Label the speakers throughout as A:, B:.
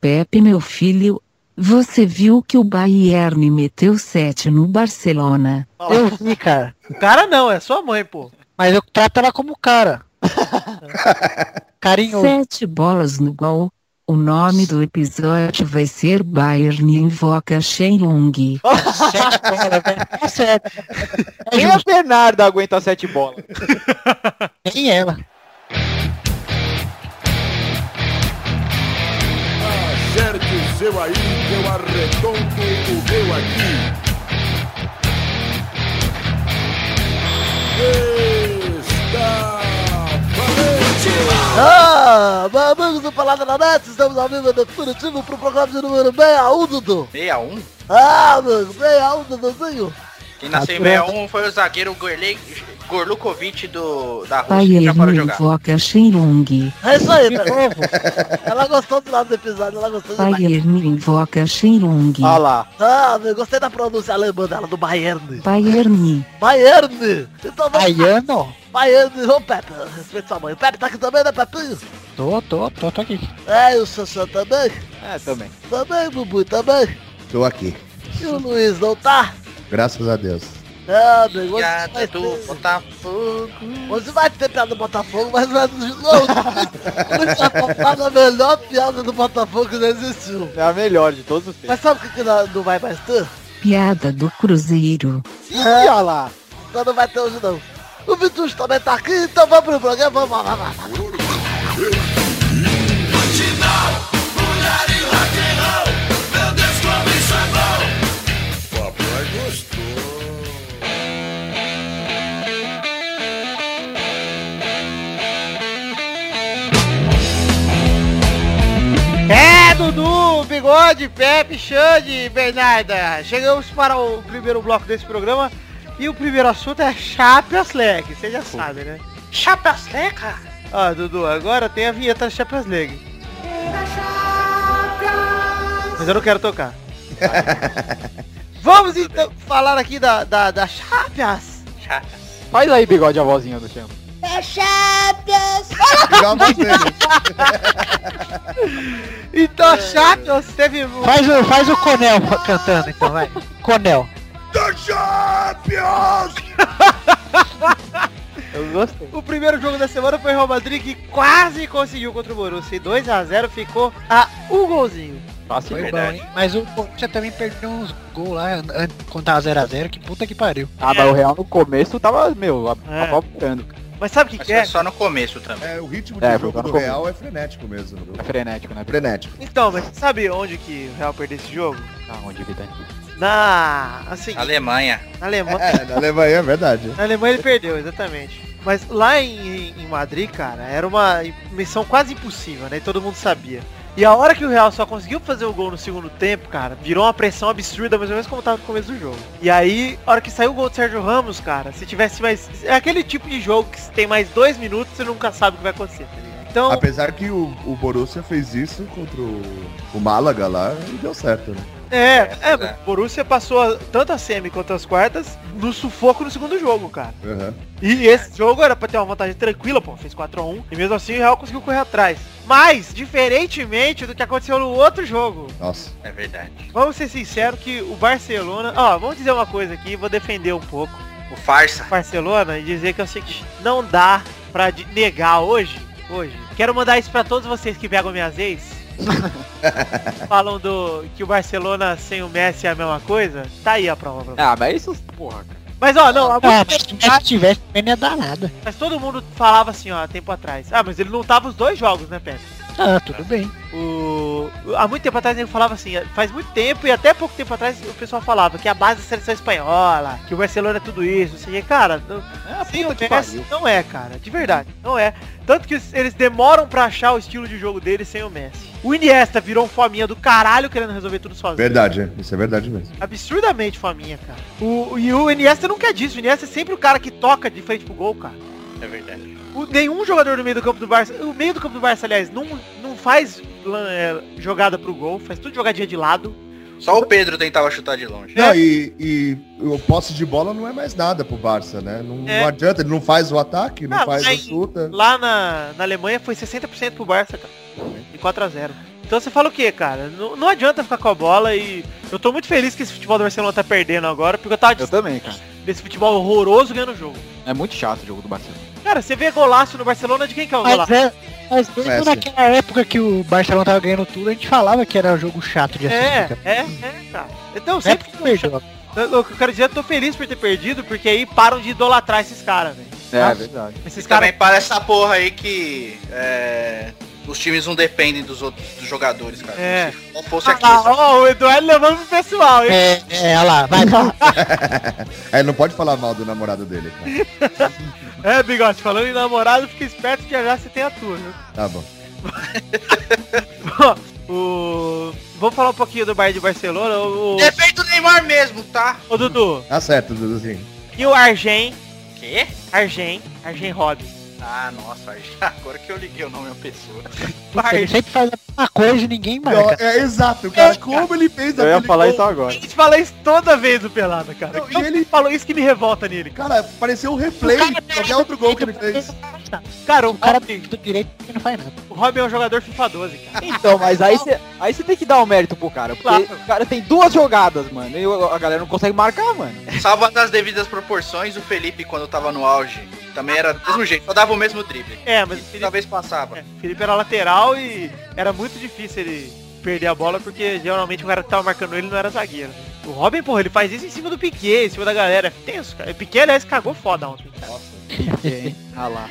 A: Pepe meu filho, você viu que o Bayern meteu 7 no Barcelona.
B: Ó,
C: Eu vi, cara.
B: O cara não, é sua mãe, pô.
C: Mas eu trato ela como cara. Carinhoso.
A: Sete bolas no gol. O nome do episódio vai ser Bayern invoca Shenlong.
C: Sete bola, velho. Tá certo. É
D: Nem a
C: justo,
D: Bernarda aguenta sete bolas.
C: nem ela.
E: Acerte o seu aí, que eu arredonto o meu aqui. Está valente!
C: Ah, amigos do Palada na Net, estamos ao vivo definitivo pro programa de número 61, Dudu.
F: 61?
C: Ah, meu, 61, Duduzinho.
F: Quem nasceu em 61 foi o zagueiro Gorlei- Gorlukovic do, da Rússia, que já parou
A: Bayern
F: de jogar.
A: invoca Shenlong.
C: É isso aí, tá novo. Ela gostou do lado do episódio, ela gostou demais.
A: Bayern invoca Shenlong.
D: Olha lá.
C: Ah, meu, gostei da pronúncia alemã dela, do Bayern.
A: Bayern.
C: Bayern! Então vamos
B: Baiano?
C: Baiano, ô Pepe, respeito sua mãe. O Pepe tá aqui também, né, Pepinho?
B: Tô, tô, tô, tô aqui.
C: É, e o Xaxã também?
D: É, também.
C: Também, Tá Bubu, também.
G: Tô aqui,
C: E o Luiz não tá?
G: graças a Deus.
C: Ah, meu, hoje
F: Piada
C: vai
F: do
C: ter...
F: Botafogo.
C: Hoje vai ter piada do Botafogo, mas vai de novo. Muito acoplado a melhor piada do Botafogo que não existiu.
D: É a melhor de todos os tempos.
C: Mas sabe o que, que não, não vai mais ter?
A: Piada do Cruzeiro.
D: Ih, olha lá.
C: Então não vai ter hoje não. O Vitus também tá aqui, então vamos pro programa, vamos lá, vamos lá.
E: Papai gostou.
B: É, Dudu, Bigode, Pepe, Xande, Bernarda. Chegamos para o primeiro bloco desse programa. E o primeiro assunto é Champions League, você já sabe, né? Champions League? Ah, Dudu, agora tem a vinheta da Champions League. Mas eu não quero tocar. Vamos então falar aqui da, da, da Champions.
D: Faz aí, bigode, a vozinha do chão.
G: Já você,
B: Então a Champions teve... um-
C: Faz o, faz o Conel cantando então, vai. Conel.
E: The Tá Champions!
D: Eu gostei.
B: O primeiro jogo da semana foi Real Madrid que quase conseguiu contra o Borussia. 2 a 0 ficou a um golzinho.
D: Fácil. né?
C: Foi bom,
F: Verdade.
C: hein? Mas o Corinthians também perdeu uns gols lá an- an- quando tava 0x0, que puta que pariu.
D: Ah, mas o Real no começo tava, meu, a-
B: É.
D: apavorando.
B: Mas sabe o que,
F: Mas
B: que é?
F: foi só no começo também.
G: é, o ritmo
D: É,
G: do jogo
D: foi
G: do
D: bom.
G: Real é frenético mesmo. viu?
D: É frenético, né?
G: Frenético.
B: Então, mas sabe onde que o Real perdeu esse jogo?
D: Ah, onde que tá?
B: Na. Assim,
F: Alemanha.
B: na Alemanha.
G: É, na Alemanha é verdade.
B: Na Alemanha ele perdeu, exatamente. Mas lá em, em Madrid, cara, era uma missão quase impossível, né? E todo mundo sabia. E a hora que o Real só conseguiu fazer o gol no segundo tempo, cara, virou uma pressão absurda, mais ou menos como tava no começo do jogo. E aí, a hora que saiu o gol do Sérgio Ramos, cara, se tivesse mais... É aquele tipo de jogo que se tem mais dois minutos, você nunca sabe o que vai acontecer, tá ligado? Então,
G: Apesar que o, o Borussia fez isso contra o, o Málaga lá e deu certo, né?
B: é, é,
F: né?
B: o Borussia passou a- tanto a semi quanto as quartas no sufoco no segundo jogo, cara.
G: Aham.
B: E esse jogo era pra ter uma vantagem tranquila, pô, fez 4x1. E mesmo assim o Real conseguiu correr atrás. Mas, diferentemente do que aconteceu no outro jogo,
G: Nossa.
F: É verdade.
B: vamos ser sinceros que o Barcelona. Ó, vamos dizer uma coisa aqui, vou defender um pouco
F: O Farsa.
B: o Barcelona e dizer que é o seguinte: não dá pra de- negar hoje. Hoje. Quero mandar isso pra todos vocês que pegam minhas ex. Falam do que o Barcelona sem o Messi é a mesma coisa. Tá aí a prova pra vocês.
D: Ah, mas isso, porra, cara.
B: Mas ó, não, a é
C: Ah, mas se tivesse, também não ia dar nada.
B: Mas todo mundo falava assim, ó, há tempo atrás. Ah, mas ele não tava os dois jogos, né, Pepe?
C: Ah, tudo bem.
B: O... Há muito tempo atrás ele falava assim, faz muito tempo e até pouco tempo atrás o pessoal falava que a base da seleção espanhola, que o Barcelona é tudo isso, não sei o que, cara, não-
C: Tá
D: Ah,
B: sem o
D: puta que
B: Messi
D: pariu.
B: não é, cara, de verdade, não é. Tanto que eles demoram pra achar o estilo de jogo deles sem o Messi. O Iniesta virou um fominha do caralho querendo resolver tudo sozinho.
G: Verdade, é. isso é verdade mesmo.
B: Absurdamente fominha, cara. O... E o Iniesta não quer disso, o Iniesta é sempre o cara que toca de frente pro gol, cara.
F: É verdade.
B: O- nenhum jogador no meio do campo do Barça. O meio do campo do Barça, aliás, não, não faz lan- é, jogada pro gol, faz tudo jogadinha de lado.
F: Só o Pedro tentava chutar de longe.
G: Não, e, e o posse de bola não é mais nada pro Barça, né? Não,
B: É.
G: não adianta, ele não faz o ataque, não
B: Ah,
G: faz
B: mas
G: a
B: aí-
G: chuta.
B: Lá na, na Alemanha foi 60% pro Barça, cara. De 4 a 0 Então você fala o quê, cara? Não, não adianta ficar com a bola e eu tô muito feliz que esse futebol do Barcelona tá perdendo agora, porque eu tava
D: Eu também, cara.
B: desse futebol horroroso ganhando o jogo.
D: É muito chato o jogo do Barcelona.
B: Cara, você vê golaço no Barcelona, de quem que é o
H: Mas,
B: golaço?
H: é, mas mesmo
G: Messi.
H: naquela época que o Barcelona tava ganhando tudo, a gente falava que era um jogo chato de
B: É,
H: assistir. cara.
B: é, é, cara. Então,
H: Não é
B: sempre
H: porque perdeu.
B: Eu, eu quero dizer, eu tô feliz por ter perdido, porque aí param de idolatrar esses caras, velho.
D: É,
B: Ah.
D: verdade.
B: Esses
F: E
B: caras.
F: Também para essa porra aí que é, os times não dependem dos outros dos jogadores, cara.
B: É.
F: Se não fosse
B: Ah,
F: aqui,
B: lá,
F: sabe?
B: ó, o Eduardo levando pro pessoal, hein?
H: É, é, olha lá, vai, vai.
G: É, não pode falar mal do namorado dele, então. cara.
B: É, bigode, falando em namorado, fica esperto que já já você tem a tua, viu?
G: Tá bom.
B: O... Vamos falar um pouquinho do Bayern de Barcelona. O,
G: É.
B: o-
F: Defeito do Neymar mesmo, tá?
B: o Dudu.
G: Tá certo, Duduzinho.
B: E o Argen,
F: Quê?
B: Argen, Argen Robbins.
F: Ah, nossa, agora que eu liguei o nome à pessoa.
H: Puta, Ele sempre faz a mesma coisa e ninguém
G: Não,
H: marca.
G: é exato, cara. Como ele fez
D: Eu ia
G: aquele
D: falar então-
G: gol?
D: isso
B: A
D: agora.
B: gente fala isso toda vez do Pelada, cara.
G: Não, e
B: Não,
G: ele-
B: ele falou isso que me revolta nele, cara.
G: Cara, pareceu um replay de qualquer outro gol que ele fez.
B: Cara, o,
H: O cara
B: Robin,
H: do direito que não faz nada.
B: o Robin é um jogador FIFA 12, cara.
D: Então, mas aí você aí você tem que dar o mérito pro cara. Porque
B: Claro.
D: o cara tem duas jogadas, mano. E o- a galera não consegue marcar, mano.
F: Salva nas devidas proporções, o Felipe, quando tava no auge, também era do mesmo jeito, só dava o mesmo drible.
B: É, mas o
F: E
B: Felipe,
F: talvez passava.
B: é, o Felipe era lateral e era muito difícil ele perder a bola, porque geralmente o cara que tava marcando ele não era zagueiro. O Robin, porra, ele faz isso em cima do Piquet, em cima da galera. É tenso, cara. O Piquet, aliás, cagou foda ontem.
D: Ah lá.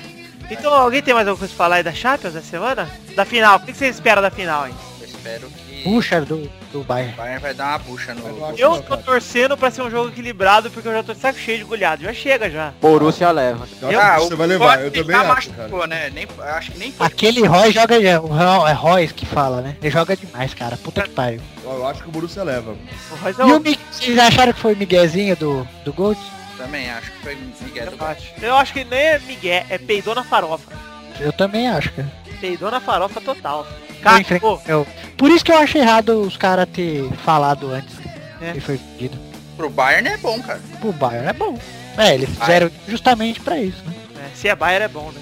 B: Então, alguém tem mais alguma coisa pra falar aí da Champions da semana? Da final, o que que você espera da final, hein?
F: Eu espero que
H: Puxa do, do
F: o
H: Bayern.
F: Bayern vai dar uma bucha no.
B: Eu tô torcendo pra ser um jogo equilibrado, porque eu já tô de saco cheio de goleado. Já chega, já.
D: Borussia leva.
F: Ah,
G: Eu acho que você vai levar, eu
F: Kovacic
G: também
F: já
G: acho, cara.
F: machucou, né? Nem, acho que nem foi.
H: Aquele Roy joga, de- o Ro- é Royce que fala, né? Ele joga demais, cara. Puta que pariu.
G: Eu acho que o Borussia leva.
B: O Royce é
H: E o
B: um...
H: Mi- vocês acharam que foi o Miguezinho do, do Gold?
F: Também acho que foi Miguel do
B: Eu acho que nem é Miguel, é peidona farofa.
H: Eu também acho, cara.
B: Peidona farofa total.
H: Eu enfre-
B: Cacou.
H: eu- Por isso que eu acho errado os caras ter falado antes.
B: É.
H: que foi vendido.
F: Pro Bayern é bom, cara.
H: Pro Bayern é bom. É, eles fizeram justamente pra isso, né? um-
B: É, se é Bayern é bom, né?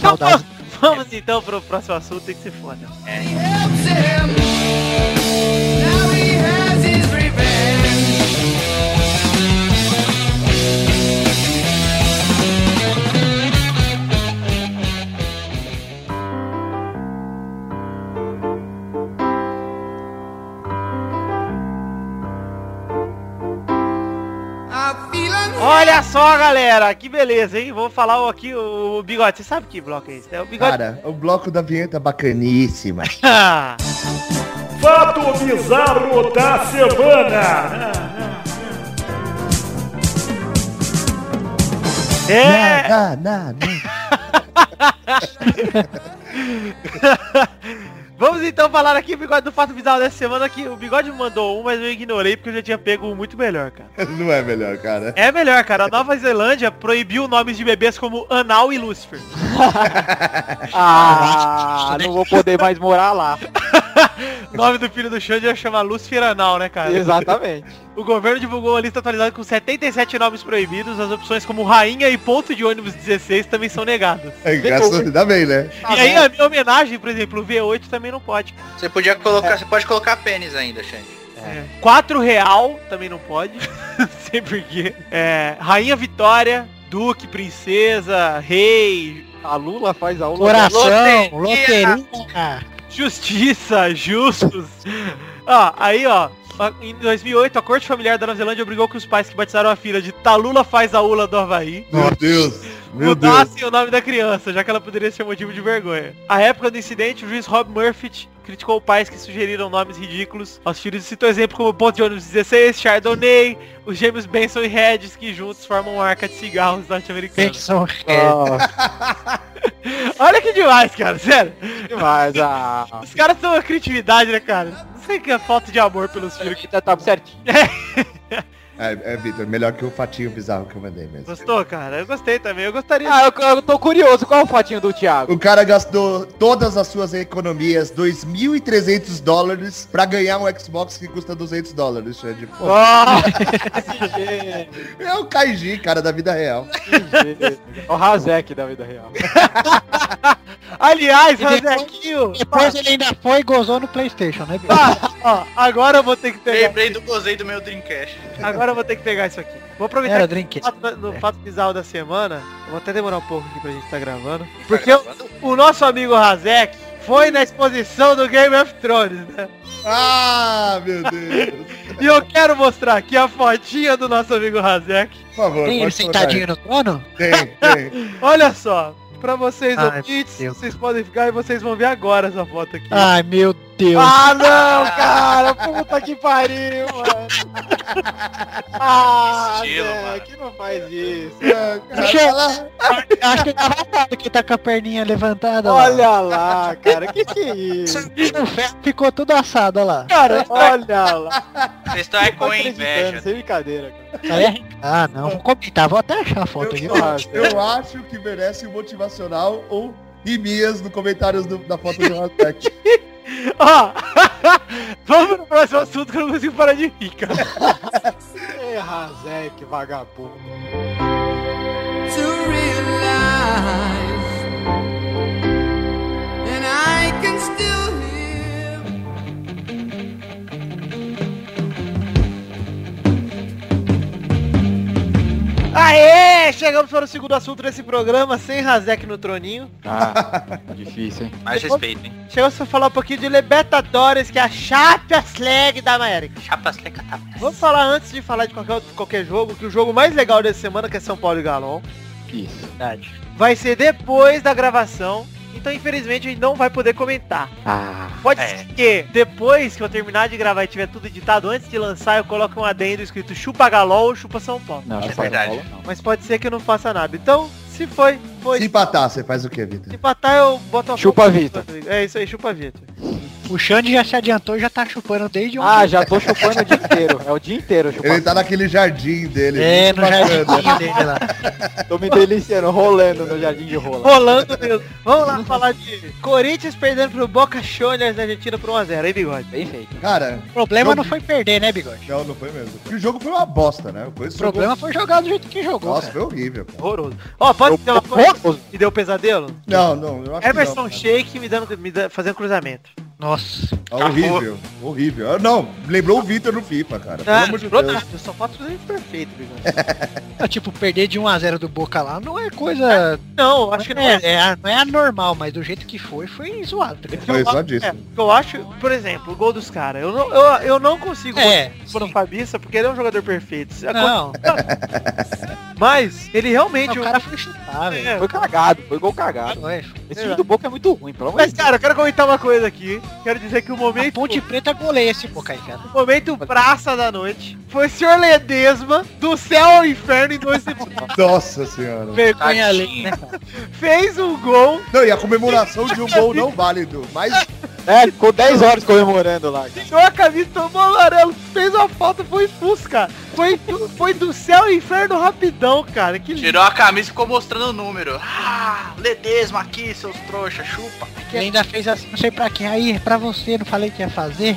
H: Saudades.
B: Vamos então pro próximo assunto e que se foda. Olha só, galera, que beleza, hein? Vou falar o- aqui o bigode. Você sabe que bloco é esse, né? O bigode.
G: Cara, o bloco da vinheta é bacaníssima.
E: Fato bizarro da semana.
B: é!
G: Na, na, na.
B: Vamos então falar aqui, bigode, do fato bizarro dessa semana que o bigode mandou um, mas eu ignorei porque eu já tinha pego um muito melhor, cara.
G: Não é melhor, cara.
B: É melhor, cara. A Nova Zelândia proibiu nomes de bebês como Anal e Lúcifer.
D: Ah, não vou poder mais morar lá.
B: O nome do filho do Xande ia chamar Lúcifer Anal, né, cara?
D: Exatamente.
B: O governo divulgou a lista atualizada com 77 nomes proibidos. As opções como rainha e ponto de ônibus 16 também são negadas.
G: Graças a Deus, ainda bem, né?
B: e aí, a minha homenagem, por exemplo, o V8 também não pode. cara.
F: Você podia colocar. Você pode colocar pênis ainda, Xande.
B: É. 4 real também não pode. Não sei porquê. É, rainha Vitória, Duque, Princesa, Rei,
D: A Lula faz a Lula.
H: Coração,
F: Loteria.
H: loteria.
B: Justiça, justos. ó, aí, ó. Em 2008, a corte familiar da Nova Zelândia obrigou que os pais que batizaram a filha de Talula faz a Ula do Havaí
G: Meu Deus. Meu Deus.
B: mudassem o nome da criança, já que ela poderia ser motivo de vergonha. À época do incidente, o juiz Rob Murphy criticou pais que sugeriram nomes ridículos aos filhos e citou exemplos como Ponto de ônibus 16, Chardonnay, os gêmeos Benson e Hedges, que juntos formam uma arca de cigarros norte-americanos.
H: Benção.
B: É.
D: Ah,
B: Olha que demais, cara, sério.
D: demais. Ah,
B: Os caras são uma criatividade, né, cara? Não sei o que é falta de amor pelos filhos.
D: Tá- tá certinho.
G: É, é Vitor, melhor que o fatinho bizarro que eu mandei mesmo.
B: Gostou, cara? Eu gostei também. Eu gostaria.
D: Ah, eu, eu tô curioso. Qual é o fotinho do Thiago?
G: O cara gastou todas as suas economias, 2.300 dólares, pra ganhar um Xbox que custa 200 dólares, Xande. Pô,
B: Ah.
G: é o Kaiji, cara, da vida real.
D: É o Razek da vida real.
B: Aliás,
H: E depois-
B: Razequinho,
H: Depois ele ainda foi e gozou no Playstation, né, bicho?
B: ó, agora eu vou ter que pegar.
F: Lembrei do gozei do meu Dreamcast.
B: Agora eu vou ter que pegar isso aqui. Vou aproveitar
H: Era
B: que tá no
H: drink.
B: fato- no fato bizarro da semana. eu Vou até demorar um pouco aqui pra gente estar gravando.
F: Tá
B: Porque o,
F: gravando?
B: o nosso amigo Razek foi na exposição do Game of Thrones, né?
G: Ah, meu Deus.
B: E eu quero mostrar aqui a fotinha do nosso amigo Razek.
G: Por favor,
H: Tem ele
G: pode colocar aí.
H: sentadinho no trono?
G: Tem, tem.
B: Olha só. Pra vocês
H: Ai,
B: ouvintes,
H: meu Deus.
B: vocês podem ficar e vocês vão ver agora essa foto aqui.
H: Ai, meu Deus.
B: Ah, não, cara! Puta que pariu, mano! Ah,
F: Estilo, mano.
B: que não faz isso?
H: Achei- Acho que ele tá vazado, que tá com a perninha levantada. lá.
B: Olha lá, cara, que que é isso?
H: O ferro ficou tudo assado, olha lá.
B: Cara, olha lá.
F: Vocês estão aí
B: Tô
F: com
B: acreditando,
F: inveja.
B: sem brincadeira, cara.
H: Cara, é- Ah, não. Vou comentar, vou até achar a foto aqui.
G: Eu, eu acho que merece um motivacional ou rimias no comentários do- da foto do Razek.
B: Ó, vamos pro próximo assunto que eu não consigo parar de rir, cara.
C: Ei, Razek, vagabundo.
B: Aê, chegamos para o segundo assunto desse programa, sem Razek no troninho.
D: Ah, difícil, hein?
F: Mais respeito, hein?
B: Chegamos para falar um pouquinho de Libertadores, que é a Champions League da América.
F: Chapa seca tá
B: Vamos falar antes de falar de qualquer, outro- qualquer jogo, que o jogo mais legal dessa semana, que é São Paulo e Galão,
D: Isso.
B: vai ser depois da gravação. Então, infelizmente, a gente não vai poder comentar.
D: Ah,
B: Pode
F: É.
B: ser que depois que eu terminar de gravar e tiver tudo editado, antes de lançar, eu coloque um adendo escrito chupa Galol ou chupa São Paulo.
D: não,
F: É
D: chupa
F: verdade.
D: bola, não.
B: Mas pode ser que eu não faça nada. Então, se foi, foi.
G: Se
B: Se,
G: empatar, você faz o quê, Vitor?
B: empatar, eu boto a
D: Chupa
B: Vitor.
D: Vitor.
B: É isso aí, chupa Vitor.
H: O Xande já se adiantou e já tá chupando desde ontem.
D: Ah, já tô chupando o dia inteiro. É o dia inteiro
G: Ele
D: chupando.
G: tá naquele jardim dele.
H: é,
G: muito
H: no jardim
G: bacana.
H: dele lá.
D: Tô me deliciando, rolando no jardim de rola.
B: Rolando mesmo. Vamos lá falar de Corinthians perdendo pro Boca Juniors na Argentina por 1x0. Aí, bigode.
D: Bem feito.
G: Cara,
H: O problema não foi perder, né, Bigode?
G: não, não foi mesmo. E o jogo foi uma bosta, né? O Corinthians
H: O
G: jogou-
H: problema foi jogar do jeito que jogou,
G: Nossa,
H: cara.
G: foi horrível, cara.
B: Horroroso. Ó, pode ter uma coisa que deu pesadelo?
G: Não, não, eu acho
B: Emerson
G: que
B: Shake me dando, me da- fazendo cruzamento.
G: não. cara.
H: Nossa.
G: Ah, Horrível, horrível. Ah, Não, lembrou o Vitor no FIFA, cara.
H: Ah,
G: Pelo amor de
B: lembrou
G: Deus.
B: nada, Ah, eu só faço cruzamento perfeito, bigode.
H: É, Tipo, perder de 1x0 do Boca lá não é coisa...
B: Não, acho que não é.
H: é, é, não é anormal, mas do jeito que foi, foi zoado. tá ligado?
G: Foi só disso.
B: É, porque eu acho, por exemplo, o gol dos caras. Eu não, eu, eu não consigo
H: É,
B: pôr no
H: sim.
B: Fabiça porque ele é um jogador perfeito. Isso acontece-
H: Não,
B: Mas ele realmente.
H: o cara foi chutar, velho.
B: É.
D: Foi cagado, foi gol cagado.
H: Foi.
D: Esse time do Boca é muito ruim, pelo amor
B: Mas,
D: de Deus.
B: cara, eu quero comentar uma coisa aqui. Quero dizer que o
H: A
B: momento.
H: Ponte Preta goleia esse Boca aí, cara.
B: O momento praça da noite foi o senhor Ledesma do céu ao inferno em dois segundos.
G: Nossa senhora.
F: Tadinho.
H: Vergonha além, né, cara?
B: Fez um gol,
G: Não, e a comemoração de um gol não válido. Mas
D: É, ficou 10 horas comemorando lá. cara.
B: tirou a camisa, tomou amarelo, fez uma falta, foi expulso, cara. Foi, do- foi do céu ao inferno rapidão, cara. Que lindo.
F: Tirou a camisa e ficou mostrando o número. Ah, Ledesma aqui, seus trouxa, chupa.
H: E ainda fez assim, não sei pra quem. Aí, é pra você, não falei que ia fazer?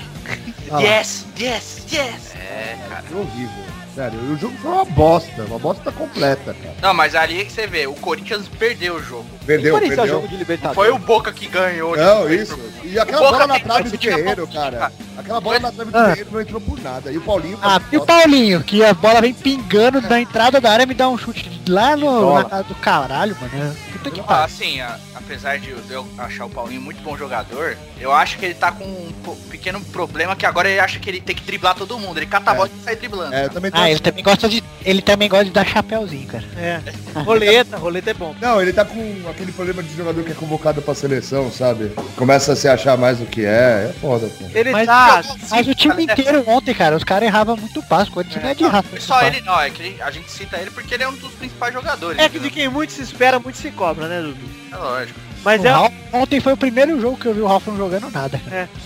H: Olha lá.
F: Yes, yes, yes. É, cara.
G: foi horrível. Sério, e o jogo foi uma bosta, uma bosta completa, cara.
F: Não, mas ali é que você vê, o Corinthians perdeu o jogo.
G: Perdeu,
D: Parecia
G: perdeu.
D: jogo de Libertadores.
F: Foi o Boca que ganhou.
G: Não,
F: tipo,
G: isso. E aquela
F: O Boca
G: bola na
F: tem
G: trave
F: que
G: do
F: tirar
G: Guerreiro,
F: pontinho,
G: cara.
F: cara.
G: Aquela bola na trave do
H: Ah.
G: Guerreiro não entrou por nada. E o Paulinho...
H: Ah, e o Paulinho, que a bola vem pingando da entrada da área, me dá um chute lá no,
D: Bola.
H: na casa do caralho, mano. Puta que
F: Ah,
H: pariu.
F: assim, a- apesar de eu- de eu achar o Paulinho muito bom jogador, eu acho que ele tá com um po- pequeno problema que agora ele acha que ele tem que driblar todo mundo. Ele cata a bola e sai driblando.
G: É, eu também tô...
H: Ah, ele também gosta de. Ele também gosta de dar chapéuzinho, cara.
B: É. Roleta, roleta é bom.
G: Não, ele tá com aquele problema de jogador que é convocado pra seleção, sabe? Começa a se achar mais do que é. É foda, pô.
B: Ele
H: Mas-
B: tá.
H: Mas o time inteiro ontem, cara, os caras erravam muito passo, quando não é de errar.
F: Não, só ele não, é que ele- a gente cita ele porque ele é um dos principais jogadores.
B: É que de
F: entendeu?
B: quem muito se espera, muito se cobra, né, Dudu?
F: É lógico.
B: Mas
H: O
B: é,
H: Ralf- ontem foi o primeiro jogo que eu vi o Ralf não jogando nada.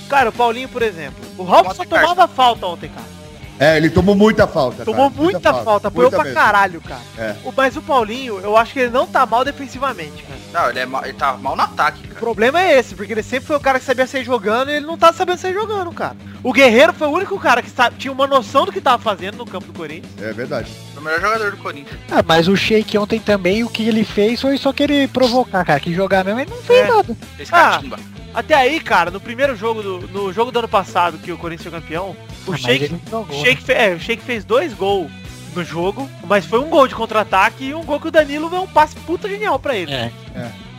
B: cara, o Paulinho, por exemplo, o Robson só
F: Bota a carta.
B: tomava falta ontem, cara.
G: É, ele tomou muita falta.
B: Tomou
G: cara.
B: muita falta, apoiou
G: muita
B: pra
G: mesmo.
B: caralho, cara.
G: É.
B: O, mas o Paulinho, eu acho que ele não tá mal defensivamente, cara.
F: Não, ele, é mal- ele tá mal no ataque,
B: O
F: cara.
B: problema é esse, porque ele sempre foi o cara que sabia sair jogando e ele não tá sabendo sair jogando, cara. O Guerreiro foi o único cara que sa- tinha uma noção do que tava fazendo no campo do Corinthians.
G: É verdade.
F: O melhor jogador do Corinthians.
H: Ah, mas o Sheik ontem também, o que ele fez foi só querer provocar, cara. Que jogar mesmo, ele não fez
B: É.
H: nada.
F: Fez
B: Ah,
F: catimba.
B: Até aí, cara, no primeiro jogo do no jogo do ano passado que o Corinthians foi campeão, o
H: Ah, mas
B: Sheik,
H: ele não jogou, né?
B: Sheik, fe- é, o Sheik fez dois gols no jogo, mas foi um gol de contra-ataque e um gol que o Danilo é um passe puta genial pra ele.
H: É.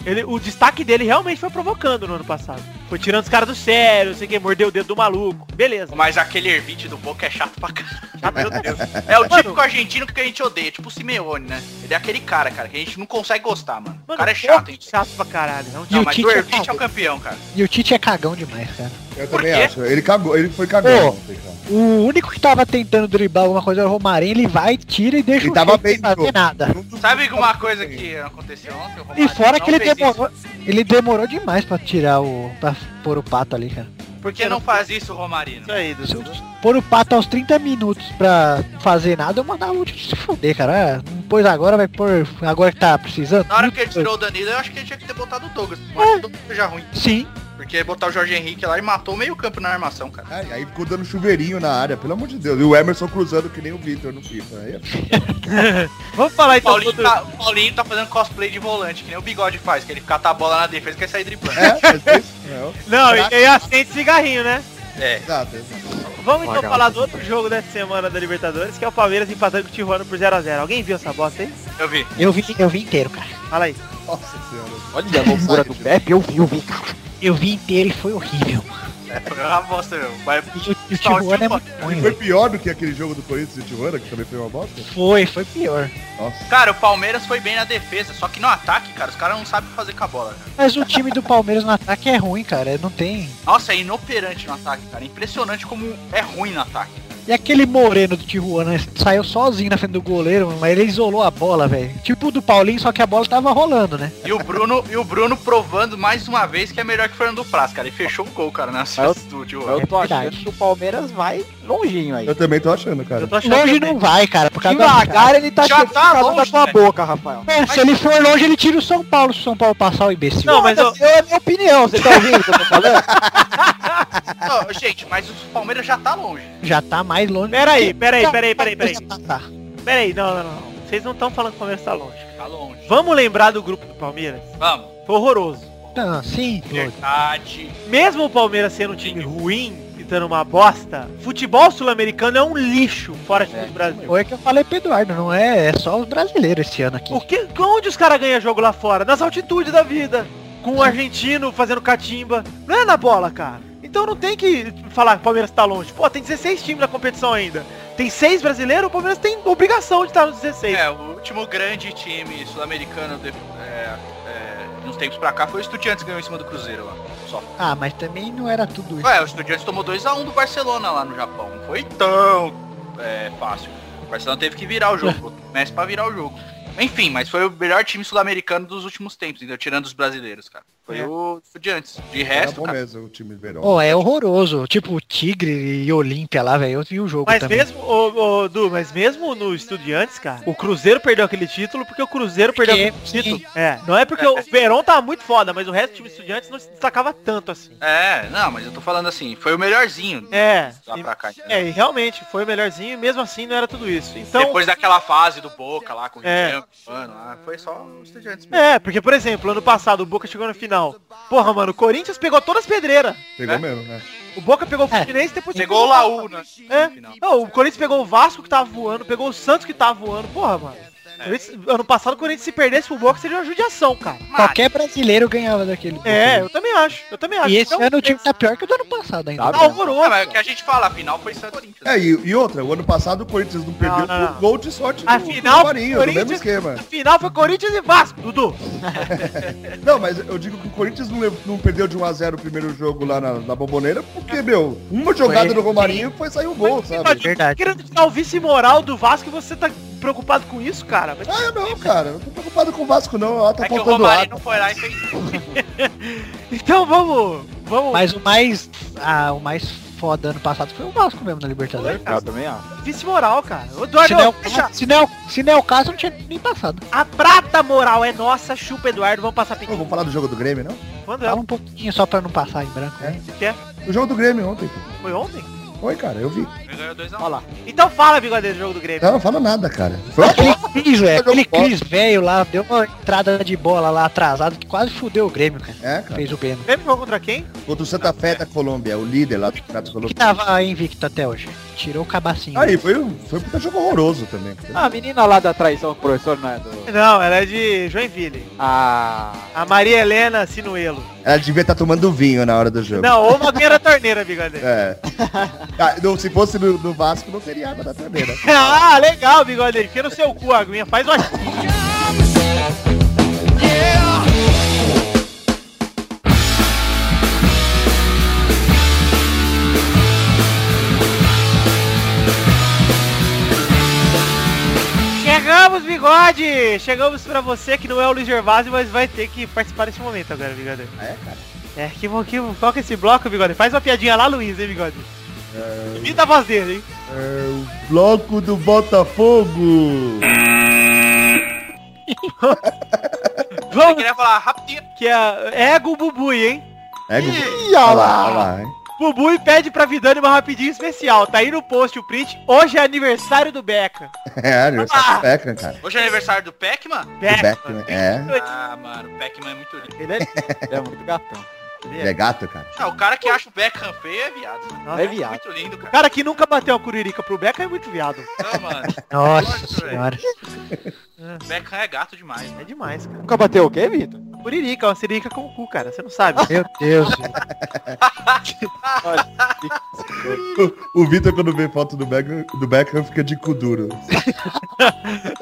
B: Ele, o destaque dele realmente foi provocando no ano passado. Foi tirando os caras do sério, não sei o que, mordeu o dedo do maluco. Beleza.
F: Mas aquele Ervite do Boca é chato pra caralho.
B: Ah, meu Deus.
F: É o
B: Mano.
F: típico argentino que a gente odeia, tipo o Simeone, né? Ele é aquele cara, cara, que a gente não consegue gostar, mano.
B: Mano,
F: o cara é chato, hein?
B: Chato pra caralho. É um
H: E
F: Não,
H: o
B: time
F: mas
H: Tite
F: o
H: é
F: Ervite é
H: cagão.
F: o campeão, cara.
H: E o Tite é cagão demais, cara.
G: Eu
F: Por
G: também
F: quê?
G: acho. Ele cagou, ele foi assim, cagão.
H: Pô, O único que tava tentando driblar alguma coisa era o Romarinho, ele vai, tira e deixa
G: Ele
H: o
G: tava
H: Sheik
G: bem
H: sem
G: no
H: fazer
G: jogo.
H: nada.
F: Sabe alguma coisa que aconteceu ontem? O
H: é. E
F: Romário
H: fora
F: não
H: que ele
F: fez
H: demorou, ele demorou demais pra tirar o. pra pôr o pato ali, cara.
F: isso. Por que não faz isso, Romarino?
B: isso aí, Dudu.
H: Pôr o pato aos 30 minutos pra não fazer nada, é eu mandava o Tite se fuder, cara. Ah, Não pôs agora, vai pôr. Agora que tá precisando.
F: Na hora
H: Muito
F: que ele
H: doido.
F: tirou o Danilo, eu acho que ele tinha que ter botado o Douglas. Eu acho que o Douglas seja ruim.
H: Sim,
F: Porque botar o Jorge Henrique lá e matou o meio campo na armação, cara.
G: Ai, aí ficou dando chuveirinho na área, pelo amor de Deus. E o Emerson cruzando que nem o Vitor no FIFA. Aí é
B: Vamos falar
F: O
B: então
F: Paulinho,
B: do...
F: tá, o Paulinho tá fazendo cosplay de volante, que nem o Bigode faz, que ele catar a bola na defesa e quer sair driblando.
G: É, mas é isso, não.
B: Não, e e acende cigarrinho, né?
F: É.
G: Exato, exato.
B: Vamos então
D: Legal.
B: falar do outro jogo dessa semana da Libertadores, que é o Palmeiras empatando com o Tijuana por 0x0. Alguém viu essa bosta aí?
F: Eu vi.
H: eu vi, eu vi inteiro, cara.
B: Fala aí.
G: Nossa senhora.
D: Olha a loucura do Pepe, eu vi, eu vi, cara.
H: Eu vi inteiro e foi horrível.
F: Foi uma Ah, bosta mesmo. Mas
H: E o, e o
F: Só o
H: Tijuana é
F: Tijuana.
H: muito ruim,
G: Foi
H: velho.
G: pior do que aquele jogo do Corinthians e Tijuana, que também foi uma bosta?
H: Foi, foi pior.
G: Nossa.
F: Cara, o Palmeiras foi bem na defesa, só que no ataque, cara, os caras não sabem o que fazer com a bola. Cara.
H: Mas o time do Palmeiras no ataque é ruim, cara. Não tem.
F: Nossa, é inoperante no ataque, cara. Impressionante como é ruim no ataque.
H: E aquele moreno do Tijuana saiu sozinho na frente do goleiro, mas ele isolou a bola, velho. Tipo o do Paulinho, só que a bola tava rolando, né?
F: E o Bruno, e o Bruno provando mais uma vez que é melhor que o Fernando Praz, cara. E fechou o gol, cara, na
D: eu-
F: estúdio.
D: Eu tô
H: verdade.
D: achando que é o Palmeiras vai longinho aí.
G: Eu também tô achando,
B: Eu
G: cara.
B: tô
F: é
B: achando é
H: Longe
B: também.
H: não vai, cara, por causa da...
D: Devagar ele tá
F: Já
D: chegando
F: tá
D: cada
F: longe,
D: na tua
H: né?
F: velho.
D: boca, Rafael.
H: É, se ele for longe, ele tira o São Paulo, se o São Paulo passar o imbecil.
B: Não, mas eu-
D: Foda-se, É a minha opinião, você tá ouvindo o que eu tô falando?
F: Não, gente, mas o Palmeiras já tá longe.
H: Já tá mais longe.
B: Peraí, peraí, peraí, peraí, peraí.
H: Tá, tá.
B: Peraí, não, não, não. Vocês não estão falando que o Palmeiras tá longe.
F: Tá longe.
B: Vamos lembrar do grupo do Palmeiras?
F: Vamos.
B: Foi horroroso.
H: Não, sim, Claude.
F: Verdade.
B: Mesmo o Palmeiras sendo um time ruim, pintando uma bosta, futebol sul-americano é um lixo fora de
D: É.
B: do Brasil.
H: Foi o que eu falei pro Eduardo, não é, é só os brasileiros esse ano aqui.
B: O que, onde os caras ganham jogo lá fora? Nas altitudes da vida. Com o argentino fazendo catimba. Não é na bola, cara. Então não tem que falar que o Palmeiras tá longe. Pô, tem 16 times na competição ainda. Tem 6 brasileiros, o Palmeiras tem obrigação de estar nos 16.
F: É, o último grande time sul-americano de, é, é, de uns tempos pra cá foi o Estudiantes que ganhou em cima do Cruzeiro lá. Só.
H: Ah, mas também não era tudo isso.
F: Ué, o Estudiantes tomou 2x1 do Barcelona lá no Japão. Não foi tão é, fácil. O Barcelona teve que virar o jogo. botou o Messi pra virar o jogo. Enfim, mas foi o melhor time sul-americano dos últimos tempos, entendeu? Tirando os brasileiros, cara. Foi
B: É.
F: o Estudiantes. De
G: Era
F: resto,
G: bom
F: cara.
G: mesmo o time de verão.
H: Pô, é horroroso. Tipo, Tigre e Olímpia lá, velho. Eu vi o jogo
B: Mas
H: também.
B: mesmo, ô, ô, Du, mas mesmo no Estudiantes, cara, o Cruzeiro perdeu aquele título porque o Cruzeiro perdeu
H: Porque-
B: aquele título. É, não é porque o Verón tava muito foda, mas o resto do time Estudiantes não se destacava tanto assim.
F: É, não, mas eu tô falando assim, foi o melhorzinho
B: É,
F: lá pra cá.
B: e- é, e realmente, foi o melhorzinho e mesmo assim não era tudo isso. Então,
F: Depois daquela fase do Boca lá com o
B: É.
F: Rio mano, lá, foi só o Estudiantes mesmo.
B: é, porque, por exemplo, ano passado o Boca chegou na final. Porra, mano, o Corinthians pegou todas as pedreiras.
G: Pegou
F: É.
G: mesmo, né?
B: O Boca pegou o
H: É.
B: Fluminense, depois
F: Pegou o Laú, né?
B: É.
F: No final.
B: Não, o Corinthians pegou o Vasco que tava voando, pegou o Santos que tava voando. Porra, mano.
F: É.
B: Corinthians- Ano passado o Corinthians se perdesse pro Boca seria uma judiação, cara.
H: Qualquer brasileiro ganhava daquele.
B: assim- É, eu também acho. Eu também acho.
H: E esse
B: Então,
H: ano o time tá pior que o do ano passado ainda.
B: Tá horroroso.
F: Ah, mas é o que a gente fala, a final foi Santos e Corinthians.
G: É, e, e outra, o ano passado o Corinthians não
B: Não,
G: perdeu
B: não,
G: por
B: não.
G: gol de sorte
B: A
G: do,
B: final,
G: do Marinho, do mesmo
B: Corinthians-
G: esquema.
B: A final foi Corinthians e Vasco, Dudu.
G: Não, mas eu digo que o Corinthians não, lev- não perdeu de 1x0 o primeiro jogo lá na, na Bomboneira, porque, meu, uma jogada
H: Foi-
G: do Romarinho foi sair o gol, sabe?
H: é Verdade.
B: Querendo te dar o vice-moral do Vasco e você tá preocupado com isso, cara. Mas-
G: Ah, não, cara, eu não tô preocupado com o Vasco, não. Ó, tá
F: É que o
G: faltando ar.
F: Romário não foi lá e fez. um.
B: Então vamos. Vamos.
H: Mas o mais. Ah, o mais foda ano passado foi o Vasco mesmo na Libertadores.
D: Eu também acho.
B: Vice-moral, cara. Ô,
H: Se
B: Eduardo,
H: não, é o
B: deixa.
H: caso, se, não, é o- se não é o caso, não tinha nem passado.
B: A prata moral é nossa. Chupa, Eduardo. Vamos passar
G: Pô,
B: piquinho.
G: Vamos falar do jogo do Grêmio, não?
B: Quando é?
H: Fala um pouquinho só pra não passar em branco. né?
B: Quer?
G: O jogo do Grêmio ontem.
B: Foi ontem?
G: Foi, cara, eu vi.
F: Ele ganhou 2x1.
D: Olha lá.
B: Então fala, bigode, do jogo do Grêmio.
G: Não, não fala nada, cara. Foi uma
H: Aquele Cris, velho, aquele
G: bola.
H: Cris velho lá, deu uma entrada de bola lá atrasada que quase fudeu o Grêmio, cara.
G: É, cara.
H: Fez o pênalti.
B: Grêmio jogou contra quem?
G: Contra o Santa Fé da Colômbia, o líder lá do Campeonato
H: Que
G: Colombiano.
H: tava invicto até hoje. Tirou o cabacinho.
G: Aí, foi, um- foi um puta jogo horroroso também.
D: Ah, a menina lá da traição do professor, não é? Do...
B: Não, ela é de Joinville.
D: Ah.
B: A Maria Helena Sinuelo.
G: Ela devia estar tomando vinho na hora do jogo.
B: Não, ou uma aguinha da torneira, bigode.
G: É. Ah, não, se fosse no, no Vasco, não teria água da torneira.
B: ah, legal, bigode. Enfia no seu cu a aguinha, faz uma... Chegamos, bigode! Chegamos pra você que não é o Luiz Gervásio, mas vai ter que participar desse momento agora, bigode.
G: Ah, é, cara?
B: É, que bom que bom. Toca esse bloco, bigode. Faz uma piadinha lá, Luiz, hein, bigode. Imita a voz dele, hein?
G: É, o bloco do Botafogo!
F: Eu
B: Vamos,
F: queria falar rapidinho.
B: que é ego bubui, hein?
G: É, Gugu?
D: Ih, olha
G: Olha
D: lá.
G: lá, olha lá, hein?
B: Bubui pede pra Vidani uma rapidinha especial. Tá aí no post o print. Hoje é aniversário do Beca.
G: É, aniversário do Beckham, cara.
F: Hoje é aniversário do Pac-Man?
G: Do
B: Beca.
G: Beckham, é.
F: Ah, mano, o Pac-Man é muito lindo.
B: Ele é...
D: É muito gatão.
G: Ele é gato, cara.
F: Ah, o cara que acha o Beckham feio é viado. mano.
B: Nossa,
D: É viado.
F: Muito lindo,
B: o
F: cara.
B: cara que nunca bateu uma curirica pro Beca é muito viado.
F: Não, mano.
H: Nossa
F: Nossa, velho.
H: senhora.
F: o Beckham é gato demais,
B: É
F: mano.
B: demais, cara.
D: Nunca bateu o quê, Vitor?
B: Curirica, é uma siririca com o cu, cara. Você não sabe.
H: Meu Deus. velho.
G: O, o Vitor, quando vê foto do Beckham, do Beckham, fica de cu duro.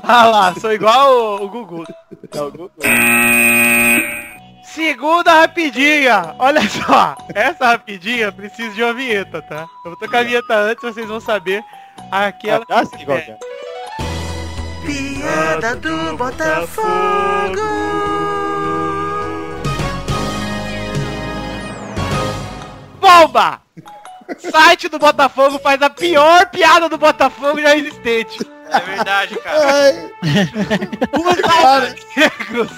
B: ah lá, sou igual o, o Gugu. Segunda rapidinha. Olha só. Essa rapidinha precisa de uma vinheta, tá? Eu vou tocar a vinheta antes, vocês vão saber. Aquela...
D: Ah, sim, igual que é.
I: Piada do Botafogo.
B: Bomba! Site do Botafogo faz a pior piada do Botafogo já existente.
F: É verdade, cara.
G: Ai,
B: Os
G: Cara.
B: negros.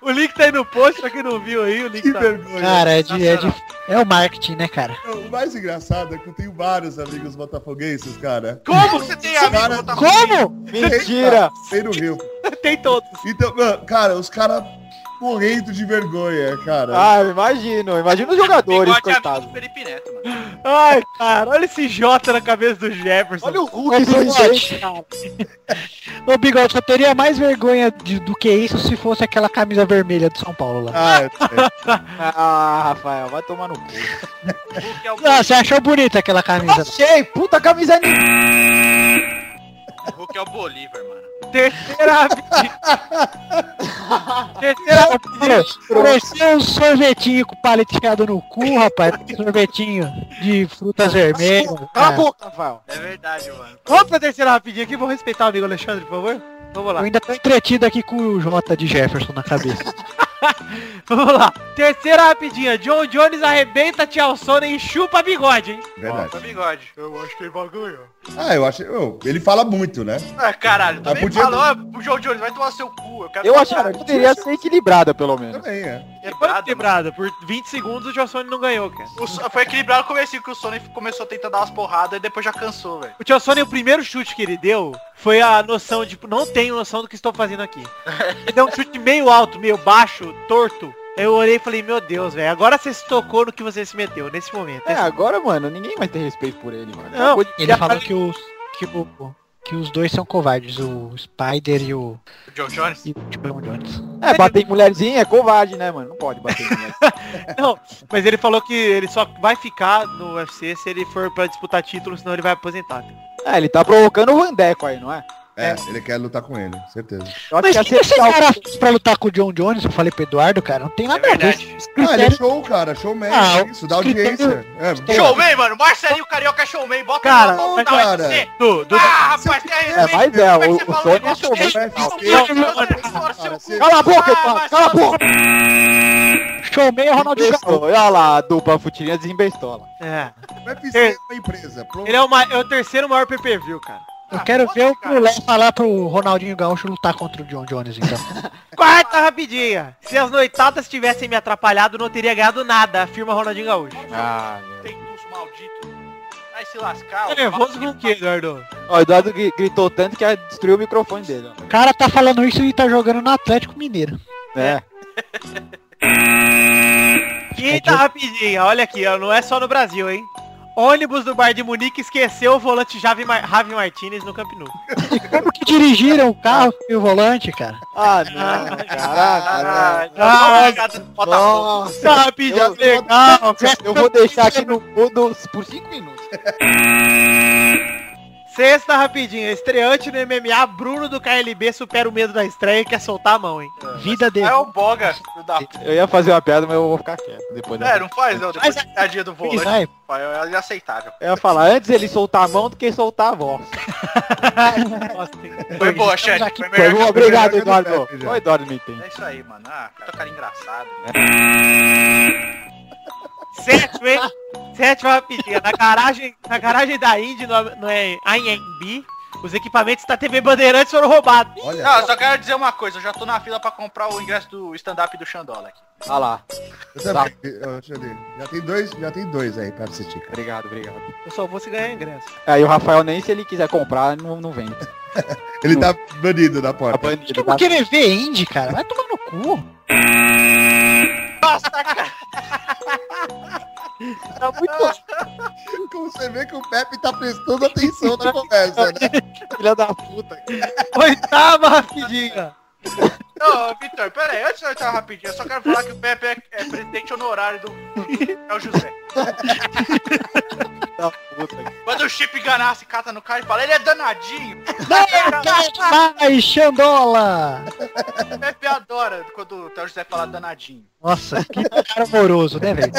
B: O link tá aí no post, pra quem não viu aí, o link
G: que
B: tá...
G: vergonha.
H: Cara, é de, é de. É o marketing, né, cara?
D: Ah.
G: O mais engraçado é que eu tenho vários amigos botafoguenses, cara.
B: Como?
F: Você tem amigo
G: Cara, é um
F: do Botafogo?
H: Como?
D: Mentira!
G: Tem no Rio.
B: Tem todos.
G: Então, mano, cara, os caras morrendo de vergonha, cara.
D: Ah, eu imagino. Imagina os jogadores,
F: Bigode é amigo
D: coitados.
F: do Felipe Neto, mano.
B: Ai, cara, olha esse Jota na cabeça do Jefferson.
D: Olha o Hulk
H: Mas, ô,
D: sorridente.
H: bigode, cara. Ô, Bigode, só teria mais vergonha de- do que isso se fosse aquela camisa vermelha do São Paulo lá.
G: Ah, é.
D: Ah, Rafael, vai tomar no cu.
F: Hulk é o,
H: Ah, você achou bonita aquela camisa?
D: Achei, puta camisa ninja.
F: Hulk é o Bolívar, mano.
B: Terceira rapidinha. Terceira rapidinha.
H: Parecia um sorvetinho com palha enfiado no cu, rapaz. Sorvetinho de frutas vermelhas.
D: Cala a
H: cara.
D: boca, Rafael.
F: É verdade, mano.
B: Vamos pra terceira rapidinha aqui, vou respeitar o amigo Alexandre, por favor. Vamos lá.
H: Eu ainda tô entretido aqui com o Jota de Jefferson na cabeça.
B: Vamos lá. Terceira rapidinha. John Jones arrebenta Tia Sonnen e chupa bigode, hein?
G: Verdade.
F: Ó, bigode. Eu acho que ele vai ganhar.
G: Ah, eu acho. eu- ele fala muito, né?
F: Ah, caralho. Também
G: podia-
F: falou, ah, o João Jones vai tomar seu cu. Eu quero
D: Eu
F: falar,
D: achava que poderia ser equilibrada, pelo menos.
G: Também, é.
B: Foi
F: equilibrado,
B: quebrada. Por 20 segundos o Tia Sonnen não ganhou, cara.
F: mano. O So- foi equilibrado no comecinho que o Sonic começou a tentar dar umas porradas e depois já cansou, velho.
B: O Tia Sonnen, o primeiro chute que ele deu foi a noção de, tipo, não tenho noção do que estou fazendo aqui. Ele deu um chute meio alto, meio baixo, torto. Eu olhei e falei, meu Deus, velho, agora você se tocou no que você se meteu, nesse momento.
D: É, agora, mano, ninguém vai ter respeito por ele, mano.
B: Não,
D: Acabou de-
H: Ele falou que os, que, o- que os dois são covardes, o Spider e o,
F: O Joe Jones.
H: e o John Jones.
D: É, bater em mulherzinha é covarde, né, mano? Não pode bater em mulher.
B: Mas ele falou que ele só vai ficar no UFC se ele for pra disputar título, senão ele vai aposentar.
D: é, ele tá provocando o Vandeco aí, não é?
G: é. ele quer lutar com ele, certeza.
D: Eu acho
H: Mas
D: que é
H: o que esse
D: acertar o-
H: cara fez pra lutar com o John Jones? Eu falei pro Eduardo, cara, não tem nada a ver.
F: É verdade.
H: Os
G: Ah, ele é
H: critérios-
G: show, cara. Showman.
H: Ah,
G: é isso, dá audiência. É, pô,
F: Showman, mano. Marcelinho Carioca é showman. Bota
B: Cara,
F: a mão
G: mas,
F: na
G: cara.
F: UFC.
B: Do, do,
F: Ah, rapaz, tem
D: É,
F: respeito.
D: mas é,
F: Como é que
D: o,
F: você
D: o
F: fala um
D: Sony é
F: negócio
D: showman.
F: desse?
G: é
F: Não,
G: showman.
F: não, não, não, não,
G: Cara,
F: não,
G: você-
D: Cala a boca,
F: Ah,
D: Eduardo,
F: mas
D: cala a
F: só-
D: boca.
H: Showman é o Ronaldinho Gaúcho.
D: Desembestola, Olha lá, a dupla futirinha desembestola.
B: é.
G: O UFC é uma empresa. Pronto.
B: Ele é o, ma- é o terceiro maior PPV, cara.
H: Eu quero
F: Ah,
H: ver o Brulé falar pro Ronaldinho Gaúcho lutar contra o John Jones, então.
B: Quarta rapidinha. Se as noitadas tivessem me atrapalhado, não teria ganhado nada, afirma Ronaldinho Gaúcho.
D: Ah, meu.
F: Tem maldito. Vai se lascar.
B: Tá
F: ó.
B: nervoso com o quê, Eduardo?
D: Ó, o Eduardo gri- gritou tanto que destruiu o microfone dele, ó.
H: O cara tá falando isso e tá jogando no Atlético Mineiro.
D: É.
B: Quinta rapidinha, olha aqui, ó, não é só no Brasil, hein? Ônibus do Bar de Munique esqueceu o volante Javi, Mar Javi Martinez no Camp Nou.
H: Como que dirigiram o carro e o volante, cara?
D: Ah, não. Caraca.
B: Ah,
F: Ah, jogada do Botafogo.
D: Nossa.
B: Tá rapidinho, é
D: Eu-
B: legal, cara.
D: Eu vou deixar aqui no mudo por 5 minutos.
B: Sexta rapidinha, estreante no MMA, Bruno do KLB supera o medo da estreia e quer soltar a mão, hein?
H: Vida dele.
F: É o Boga, filho da puta.
D: Eu ia fazer uma piada, mas eu vou ficar quieto depois
F: É,
D: da...
F: não faz não. Depois da tadinha do volante,
H: Vai,
F: pai, é inaceitável.
D: Eu ia falar, antes ele soltar a mão do que soltar a voz.
F: Foi boa, chat.
H: aqui
F: Foi melhor
D: Foi
F: Então, que
D: bom,
F: a
G: melhor
D: Obrigado,
G: que
D: Eduardo.
G: o Pepe, já.
D: O Eduardo me entende.
F: É isso aí, mano. Ah, puta cara engraçado. né?
B: Sétimo, hein? Sétima rapidinha, na garagem, na garagem da Indy, no, no é, INB, os equipamentos da TV Bandeirantes foram roubados.
G: Olha,
F: Não, eu só quero dizer uma coisa. Eu já tô na fila pra comprar o ingresso do stand-up do Xandola aqui.
D: Olha lá.
G: eu também- eu- deixa eu ver. Já tem dois, já tem dois aí pra assistir. cara.
D: Obrigado, obrigado.
B: Eu só vou se ganhar ingresso.
D: Aí o Rafael, nem se ele quiser comprar, não, não vende.
G: Ele tá banido da
D: Tá
G: porta.
D: banido.
H: Como querer ver Indy, cara? Vai tomar no cu.
D: Tá muito
G: Como você vê que o Pepe tá prestando atenção na conversa, né?
D: filha da puta.
B: Oitava rapidinha.
F: Não, Vitor, pera aí. Antes de entrar rapidinho, eu só quero falar que o Pepe é, é presidente honorário do... É o José.
D: Da puta.
F: Quando o Chip ganasse cata no cara e fala, ele é danadinho.
H: Vai, Xandola!
F: O Pepe adora quando o Théo José fala danadinho.
H: Nossa, que cara amoroso, né, velho?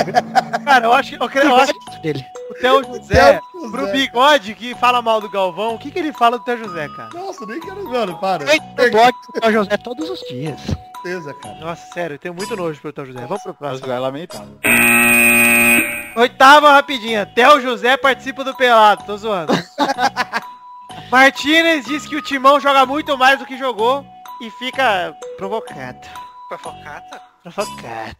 B: Cara, eu acho que eu creio- eu acho que
H: Dele.
B: o Theo José, pro bigode que fala mal do Galvão, o que, que ele fala do Theo José, cara?
G: Nossa, nem quero, mano, para.
H: Eu entro no um blog do São José todos os dias.
G: Certeza, cara.
B: Nossa, sério, eu tenho muito nojo pro Theo José. Vamos pro próximo.
D: Nossa, é lamentável.
B: Oitava rapidinha. Theo José participa do pelado. Tô zoando. Martinez diz que o Timão joga muito mais do que jogou e fica provocado.
F: Foi focata.
B: Provocado.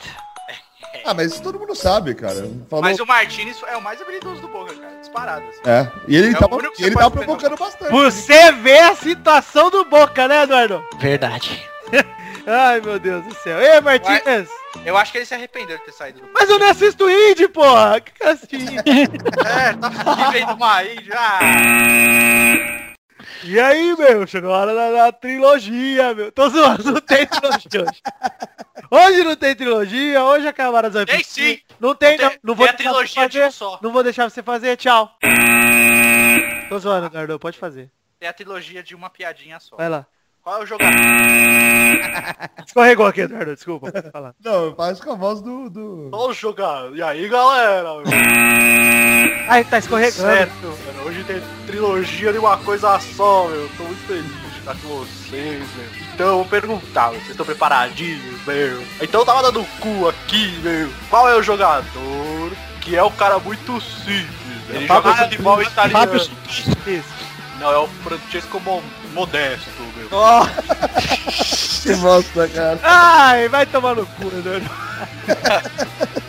G: Ah, mas isso todo mundo sabe, cara. Falou...
F: Mas o Martinez é o mais habilidoso do Boca, cara. Disparado, assim.
G: É, e ele
F: É
G: tá,
F: o único que
G: e ele
F: você
G: tá
F: pode pegar.
G: provocando bastante.
B: Você vê a situação do Boca, né, Eduardo?
H: Verdade.
B: Ai, meu Deus do céu. Ei, Martinez.
F: Eu acho que ele se arrependeu de ter saído do
B: Mas eu não assisto indie, porra. Que que eu assisto indie?
F: É, tá vivendo uma Ah, aí já.
B: E aí, meu? Chegou a hora da, da trilogia, meu. Tô zoando. Não tem trilogia hoje. Hoje não tem trilogia. Hoje acabaram as
F: Tem sim.
B: Não tem, não.
F: Tem-
B: Não vou
F: tem a
B: deixar você
F: trilogia de
B: fazer.
F: um só.
B: Não vou deixar você fazer, tchau. Tô zoando, Eduardo, pode fazer.
F: Tem a trilogia de uma piadinha só.
B: Vai lá.
F: Qual é o
H: Hum.
F: jogador?
B: Escorregou aqui, Eduardo, desculpa. pode falar.
G: Não, eu faço com a voz do. do...
F: Qual o jogador? E aí, galera?
B: Ai, tá escorregando.
F: mano. Hoje tem trilogia de uma coisa só, meu. Tô muito feliz de estar com vocês, meu. Então, vou perguntar, vocês estão preparadinhos, meu? Então, tava dando cu aqui, meu. Qual é o jogador que é um cara muito simples, Ele joga futebol italiano.
H: É Fábio
F: Não, é o Francesco Mon- Modesto, meu.
G: Que bosta, cara.
B: Ai, vai tomar no cu, Eduardo.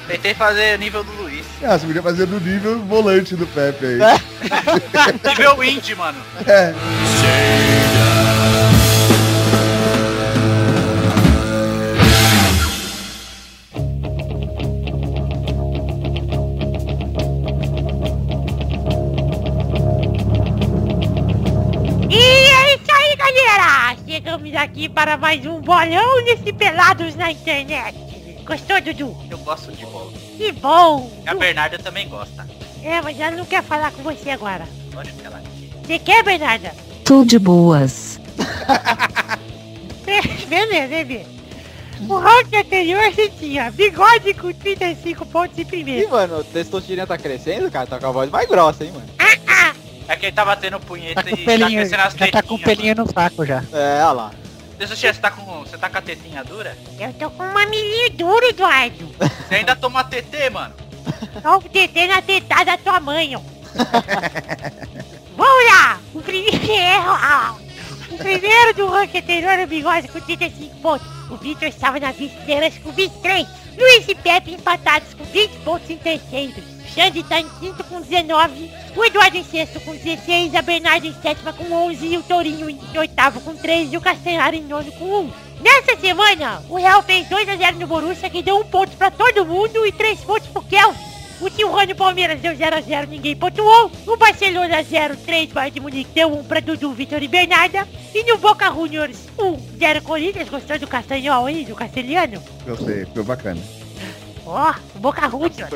F: Tentei fazer nível do Luiz.
G: Ah, você podia fazer no nível volante do Pepe aí.
H: É.
F: Nível indie, mano.
I: E é isso aí, galera! Chegamos aqui para mais um bolão nesse Pelados na Internet. Gostou, Dudu?
F: Eu gosto de bola.
I: Que bom!
F: A Bernarda também gosta.
I: É, mas ela não quer falar com você agora.
F: Lógico que ela é.
I: Você quer, Bernarda?
A: Tô de boas.
I: É, Beleza, hein, Bê? O round anterior se tinha bigode com 35 pontos em
D: Ih,
I: primeiro.
D: mano, o testosterona tá crescendo, cara. Tá com a voz mais grossa, hein, mano.
F: É que ele tá batendo
H: Tá
F: punheta
H: com
F: e tá
H: pelinho,
F: crescendo as
H: já
F: tetinhas.
H: tá com pelinho no saco já.
D: É, olha lá.
F: mano. Deixa eu chegar, você tá com. Você tá com a tetinha dura?
I: Eu tô com um mamilinho duro, Eduardo.
F: Você ainda toma TT, mano.
I: Só o TT na tetada da tua mãe, ó. Vamos lá! é, O primeiro... O primeiro do ranking anterior era o bigode com 35 pontos. O Vitor estava nas estrelas com 23. Luiz e Pepe empatados com 20 pontos em terceiros. Xande está em quinto com 19. O Eduardo em sexto com 16. A Bernardo em sétima com 11. E o Tourinho em oitavo com 13. E o Castanhari em nono com 1. Nessa semana, o Real fez 2x0 no Borussia, que deu um ponto para todo mundo e 3 pontos pro Kelvin. O Tijuana e o Palmeiras deu 0x0, ninguém pontuou. O Barcelona 0, 3, Bayern de Munique deu 1 pra Dudu, Vitor e Bernarda. E no Boca Juniors 1, 0 Corinthians, gostou do Castanhol aí, do Castelhano?
G: Eu sei, ficou bacana.
I: Ó, o Boca Juniors.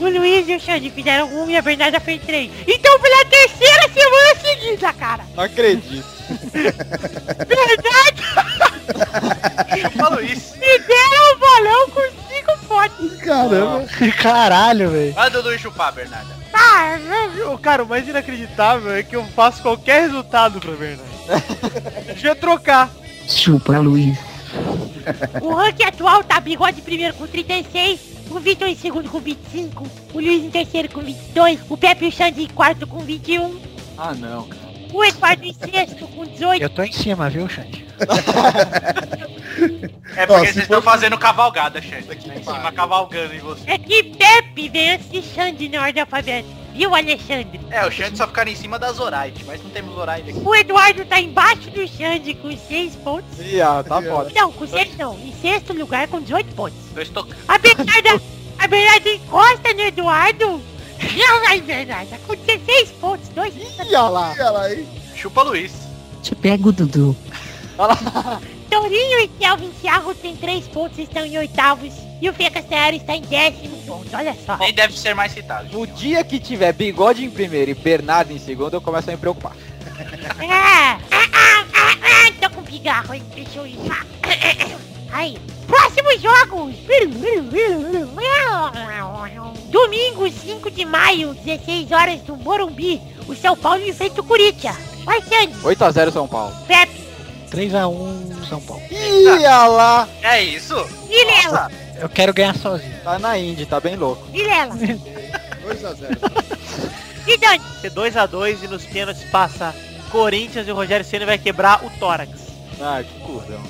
I: o Luiz e o Xande fizeram 1 e a Bernarda fez 3. Então pela terceira semana seguida, cara.
D: Não acredito.
I: Bernarda
F: Eu falo isso.
I: lidera o um bolão com 5 pontos.
G: Caramba.
H: Caralho, velho.
F: Manda o Dudu chupar, Bernarda.
I: Ah, é
B: Eu- Cara, o mais inacreditável é que eu faço qualquer resultado pra Bernardo. Deixa eu trocar.
A: Chupa Luiz.
I: O ranking atual tá Bigode em primeiro com 36, o Vitor em segundo com 25, o Luiz em terceiro com 22, o Pepe e o Xande em quarto com 21,
D: Ah, não, cara.
I: o Eduardo em sexto com 18,
H: Eu tô em cima, viu, Xande?
F: É porque
G: Ó, se
F: vocês estão
G: fosse-
F: fazendo cavalgada, Xande. Aqui em cima, cavalgando em você.
I: é que Pepe veio antes de Xande na ordem alfabética, viu Alexandre?
F: É, o Xande só ficaram em cima da Zoraide, mas não temos Zoraide aqui.
I: O Eduardo tá embaixo do Xande com 6 pontos,
D: Ih, ah, tá foda.
I: não, com 6 não, em sexto lugar com 18 pontos.
F: Tô estocando.
I: A Bernarda, a Bernarda encosta no Eduardo, não vai Bernarda, com 16 pontos, 2
D: Ih, ah lá.
G: Olha lá, hein?
F: Chupa Luiz.
A: Te pego, Dudu.
I: Tourinho e Kelvin Thiago têm três pontos e estão em oitavos. E o Fê Castanheira está em décimo ponto, olha só.
F: Nem deve ser mais citado.
D: No dia que tiver bigode em primeiro e Bernardo em segundo, eu começo a me preocupar.
I: Ah, ah, ah, ah, ah, tô com pigarro, hein? Deixa eu ir. Ah, Aí. Próximos jogos! Domingo, 5 de maio, 16 horas do Morumbi. O São Paulo enfrenta o Corinthians. Vai, Sandy,
D: 8x0 São Paulo.
I: Pepe,
H: 3x1 São Paulo.
D: Ih, ah lá.
F: É isso?
I: Vilela,
H: Eu quero ganhar sozinho.
D: Tá na Indy, tá bem louco.
I: Vilela
G: 2x0.
I: e Dani.
B: Ser 2x2 e nos pênaltis passa Corinthians e o Rogério Senna vai quebrar o tórax.
D: Ah, que cuzão.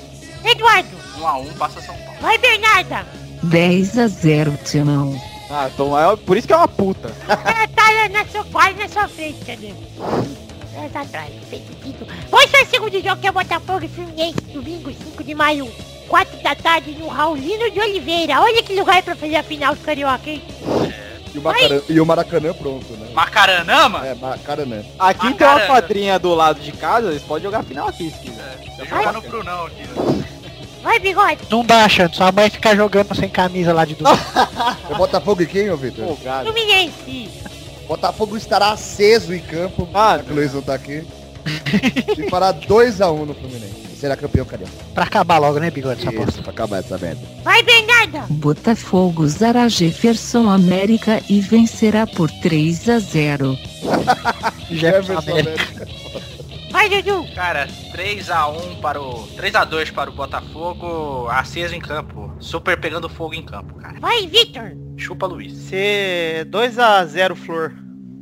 I: Eduardo,
F: 1x1 passa São Paulo.
I: vai, Bernarda.
A: 10 a 0, Tião.
D: Ah, então é, por isso que é uma puta.
I: Ela tá na- na sua, quase na sua frente, entendeu? Ela tá atrás, feito Hoje é o segundo jogo que é Botafogo e Fluminense, domingo, 5 de maio, 4 da tarde, no Raulino de Oliveira. Olha que lugar pra fazer a final do Carioca, hein?
G: E o, Macaran- e o Maracanã pronto, né?
F: Macaranã, mano?
G: É, Maracanã.
D: Aqui
F: Ah,
D: tem uma
F: cara.
D: quadrinha do lado de casa, eles podem jogar final aqui se quiser.
F: Deixa eu jogar no Brunão aqui. ó.
I: Vai, bigode.
H: Não dá, Xande. Sua mãe ficar jogando sem camisa lá de Dudu.
G: É Botafogo e quem, ô
B: É.
G: Vitor?
D: Folgado.
I: Fluminense.
G: Botafogo estará aceso em campo.
D: Ah,
G: já que o Luiz não tá aqui. E fará 2x1 no Fluminense. Será campeão carioca.
H: pra acabar logo, né, bigode? Essa bosta.
G: Isso, pra acabar essa merda.
I: Vai, Bernarda.
A: Botafogo usará Jefferson América e vencerá por 3 a 0.
H: Jefferson América.
G: América.
I: Vai, Dudu.
F: Cara, 3x1 para o... 3x2 para o Botafogo, aceso em campo. Super pegando fogo em campo, cara.
I: Vai, Vitor.
F: Chupa Luiz.
B: Ser 2x0 Flor.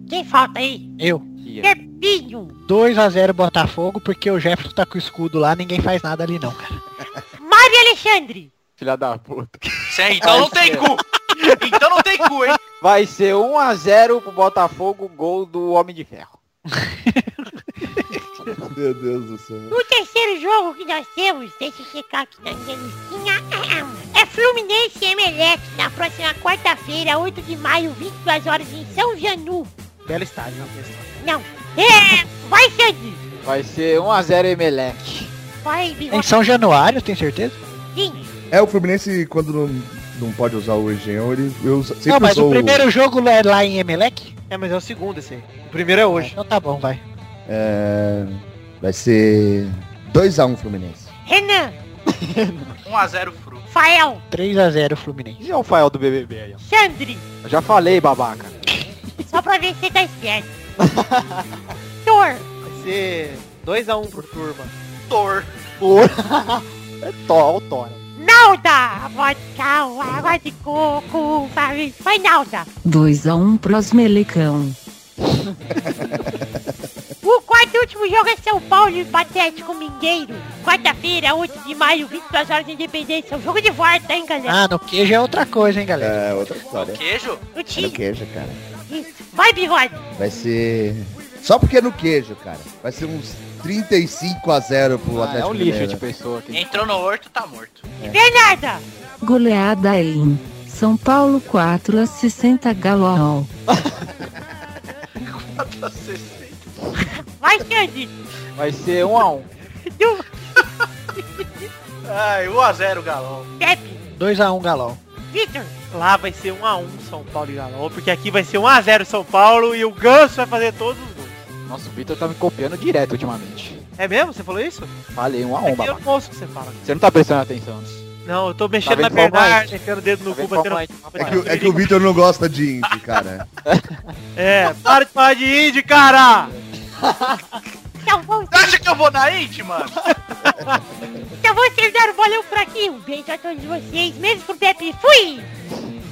I: Quem falta aí?
H: Eu.
D: Ih, é.
I: Pepinho.
H: 2x0 Botafogo, porque o Jefferson tá com o escudo lá, ninguém faz nada ali não, cara.
I: Mário e Alexandre.
D: Filha da puta.
F: Cê- então não tem cu. Então não tem cu, hein?
D: Vai ser 1x0 pro Botafogo, gol do Homem de Ferro.
G: Meu Deus do céu.
I: O terceiro jogo que nós temos, deixa eu checar aqui na minha listinha, é Fluminense e Emelec, na próxima quarta-feira, 8 de maio, 22 horas, em São Janu.
B: Belo estádio.
I: Não, é... Vai, Sandy!
D: Vai ser 1x0 Emelec.
I: Vai,
H: Em
I: Bigode!
H: é São Januário, tem certeza?
I: Sim.
G: É, o Fluminense, quando não, não pode usar o Engenhão, ele eu uso- sempre
H: não, mas
G: usou
H: o primeiro jogo é lá em Emelec?
B: É, mas é o segundo esse aí. O primeiro é hoje.
H: Então tá bom, vai.
G: É, vai ser 2x1 Fluminense.
I: Renan,
F: 1x0 Fru.
I: Fael,
H: 3x0 Fluminense.
D: E é o Fael do BBB aí, ó.
I: Sandri,
D: Eu já falei, babaca.
I: só pra ver se você tá esperto. Thor,
B: Vai
H: É,
B: ser 2x1 pro turma.
F: Tor.
D: Por... é tó, o Tora.
I: Nalda, vodka, água de coco, vai, vai Nalda.
A: 2 a 1 pros Melecão.
I: O quarto e último jogo é São Paulo e Patético Mingueiro. Quarta-feira, 8 de maio, 22 horas de independência. O jogo de volta, hein, galera?
H: Ah, no queijo é outra coisa, hein, galera.
G: É outra história.
F: Queijo?
I: O
G: É no
I: time.
G: queijo, cara.
I: Vai, bigode.
G: Vai ser. Só porque é no queijo, cara. Vai ser uns 35 a 0 pro
D: Ah, é
G: Atlético
D: um lixo
G: Mineiro.
D: de pessoa aqui.
F: Entrou no horto, tá morto.
I: Bernarda.
A: Goleada em São Paulo 4 a 60 Galo.
I: Vai, Xande.
D: Vai ser um a um.
B: Ai, 1x0, Galol.
I: Pepe.
H: 2x1 Galol.
I: Victor.
B: Lá vai ser 1x1 São Paulo e Galol, porque aqui vai ser 1x0 São Paulo e o Ganso vai fazer todos os gols.
D: Nossa, o Vitor tá me copiando direto ultimamente.
B: É mesmo? Você falou isso?
D: Falei,
G: Ah,
D: um a
B: É
D: um,
B: que eu
D: babaca.
B: não ouço o que você fala.
D: Você não tá prestando atenção.
B: Não, eu tô
G: Tá
B: mexendo na
D: vendo Fórmula
B: Bernarda, enfiando o dedo no
D: Tá
B: cu,
D: vendo
B: batendo...
D: Fórmula um,
G: É que, o- é que o Vitor não gosta de indie, cara.
B: É, para de falar de Indy, cara!
I: Então vamos,
F: Você acha que eu vou na Indy, mano?
I: então vamos terminar o bolão por aqui. Um beijo a todos vocês, mesmo pro Pepe. Fui!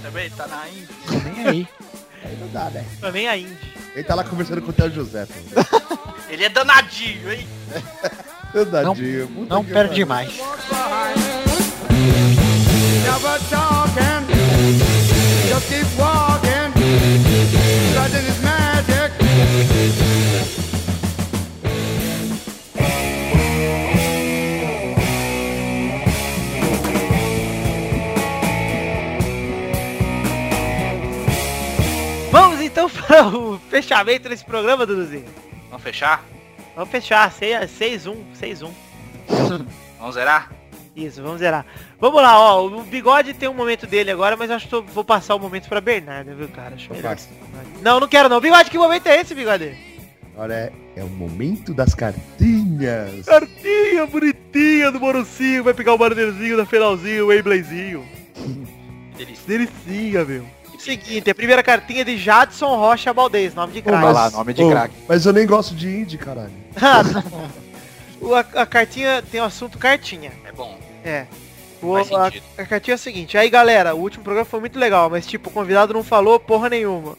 F: Também tá na Indy.
H: Nem aí.
G: Aí não dá, né?
B: Também a Indy.
G: Ele tá lá conversando com o Theo José. pô.
F: Ele é danadinho, hein?
G: Danadinho. puta
H: Não
G: que
H: perde
G: pariu.
H: mais.
E: Never talking, just keep walking. Nothing is magic.
B: Vamos então para o fechamento desse programa, Duduzinho.
F: Vamos fechar?
B: Vamos fechar, 6-1, 6-1.
F: Vamos zerar?
B: Isso, vamos zerar. Vamos lá, ó, o Bigode tem um momento dele agora, mas eu acho que eu vou passar o momento pra Bernarda, viu, cara? Acho melhor.
G: Fácil.
B: Não, não quero não. Bigode, que momento é esse, Bigode?
G: Agora é, é o momento das cartinhas.
B: Cartinha bonitinha do Morocinho, vai pegar o barneirzinho da finalzinho, o Weyblazinho.
F: Delícia.
B: Delicinha, meu. Seguinte, a primeira cartinha é de Jadson Rocha Baldez, nome de craque.
D: Vai lá, nome de
G: Ô,
D: craque.
G: Mas eu nem gosto de indie, caralho.
B: O- a, a cartinha tem o assunto cartinha.
F: É bom.
B: É. O,
F: Faz
B: a,
F: sentido.
B: a cartinha é o seguinte, aí galera, o último programa foi muito legal, mas tipo, o convidado não falou porra nenhuma.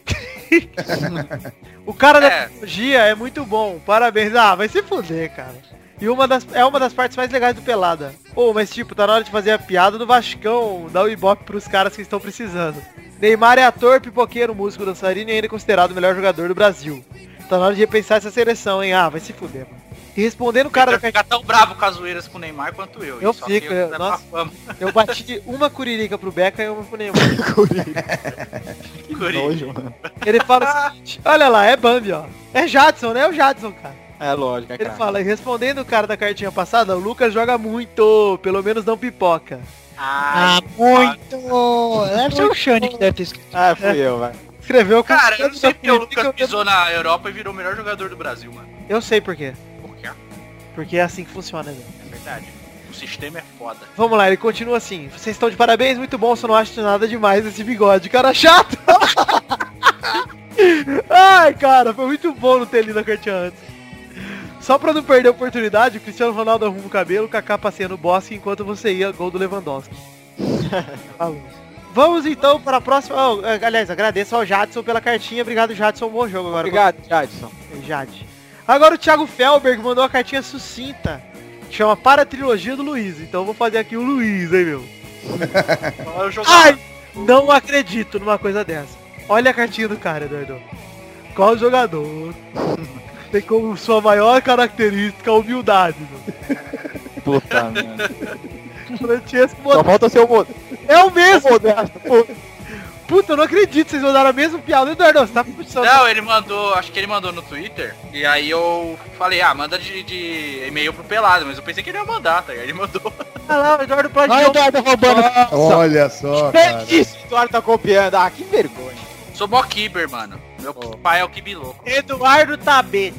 B: o cara da
F: É.
B: tecnologia é muito bom, parabéns. Ah, vai se fuder, cara. E uma das, é uma das partes mais legais do Pelada. Pô, mas tipo, tá na hora de fazer a piada do Vascão, dar o ibope pros caras que estão precisando. Neymar é ator, pipoqueiro, músico, dançarino e ainda considerado o melhor jogador do Brasil. Tá na hora de repensar essa seleção, hein? Ah, vai se fuder, mano. E respondendo o cara da
F: Ele vai ficar tão bravo com as zoeiras com o Neymar quanto eu.
B: Eu
F: Só que
B: fico, eu-
F: levo
B: nossa.
F: a fama.
B: Eu bati uma curirica pro Beca e uma pro Neymar.
F: Guri.
D: Nojo, mano.
B: Ele fala o seguinte, olha lá, é Bambi, ó. É Jadson, né? É o Jadson, cara.
D: É lógico, é
B: Ele
D: craque.
B: fala, respondendo o cara da cartinha passada, o Lucas joga muito, pelo menos não pipoca.
F: Ai,
H: Ah, muito! Deve ser é o Xande que deve ter escrito.
D: Ah, fui eu, vai.
B: Escreveu com
F: cara, eu não sei porque o
B: curirica,
F: Lucas
B: eu-
F: pisou na Europa e virou o melhor jogador do Brasil, mano.
B: Eu sei por quê.
F: Por quê?
B: Porque é assim que funciona, né?
F: É verdade. O sistema é foda.
B: Vamos lá, ele continua assim. Vocês estão de parabéns, muito bom, só não acho nada demais esse bigode. Cara chato! Ai, cara, foi muito bom não ter lido a cartinha antes. Só pra não perder a oportunidade, o Cristiano Ronaldo arruma o cabelo, o Kaká passeia no bosque enquanto você ia, gol do Lewandowski. Falou. Vamos então para a próxima... Oh, eh, aliás, agradeço ao Jadson pela cartinha. Obrigado, Jadson. Bom jogo agora.
D: Obrigado, Jadson.
B: É, Jade. Agora o Thiago Felberg mandou uma cartinha sucinta. Que chama Para a Trilogia do Luiz. Então eu vou fazer aqui o Luiz, hein, meu.
F: Então Eu jogava
B: Ai, não acredito numa coisa dessa. Olha a cartinha do cara, Eduardo. Qual jogador tem como sua maior característica a humildade, meu?
D: Puta, mano.
B: Francesco
D: Só
B: Motta.
D: falta ser o modesto.
B: É o mesmo!
D: modesto.
B: Puta, eu não acredito, vocês mandaram a mesma piada, Eduardo. Você tá puxando.
F: Não, ele mandou, acho que ele mandou no Twitter. E aí eu falei, ah, manda de, de e-mail pro Pelado, mas eu pensei que ele ia mandar, tá? ligado? ele mandou.
B: Olha lá, o Eduardo
H: Olha o
B: plagiou.
H: Eduardo roubando.
G: Olha só, cara.
D: Que isso, o Eduardo tá copiando. Ah, que vergonha.
F: Sou mó Kiber, mano. Meu pai é o Kibiloco.
B: Eduardo Tabet.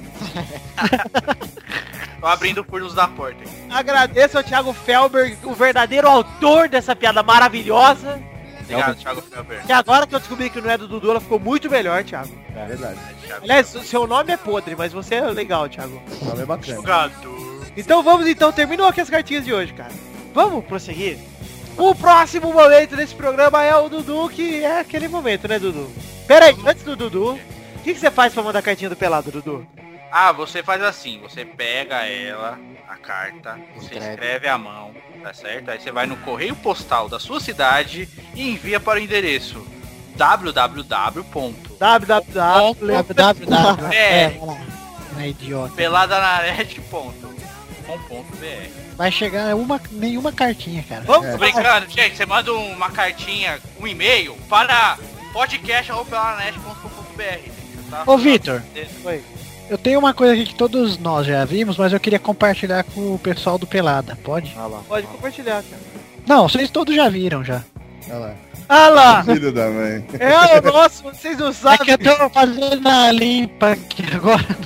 F: Tô abrindo furos da porta. hein?
B: Agradeço ao Thiago Felberg, o verdadeiro autor dessa piada maravilhosa.
F: Obrigado, Thiago Felber.
B: Que agora que eu descobri que não é do Dudu, ela ficou muito melhor, Thiago.
G: É verdade.
F: Thiago.
B: Aliás, o seu nome é podre, mas você é legal, Thiago.
G: O nome é bacana.
F: Jogador.
B: Então vamos então, terminou aqui as cartinhas de hoje, cara. Vamos prosseguir? O próximo momento desse programa é o Dudu, que é aquele momento, né, Dudu? Pera aí, antes do Dudu, o que, que você faz pra mandar cartinha do pelado, Dudu?
F: Ah, você faz assim, você pega ela, a carta, você
D: Entrega.
F: escreve à mão, tá certo? Aí você vai no correio postal da sua cidade e envia para o endereço www.
B: www.
H: www.
F: É.
H: É, vai lá. Não é idiota.
F: peladananet.com.br
H: Vai chegar uma, nenhuma cartinha, cara.
B: Vamos
F: Tô brincando, gente, você manda uma cartinha, um e-mail para podcast.peladananet.com.br tá?
H: Ô, Vitor.
B: Oi.
H: Eu tenho uma coisa aqui que todos nós já vimos, mas eu queria compartilhar com o pessoal do Pelada, pode?
D: Ah lá.
B: Pode compartilhar, cara.
H: Não, vocês todos já viram já.
G: Olha lá.
B: Ah lá!
G: Filho da mãe.
B: É o nosso, vocês não
H: É
B: sabem.
H: que eu tô fazendo a limpa aqui agora.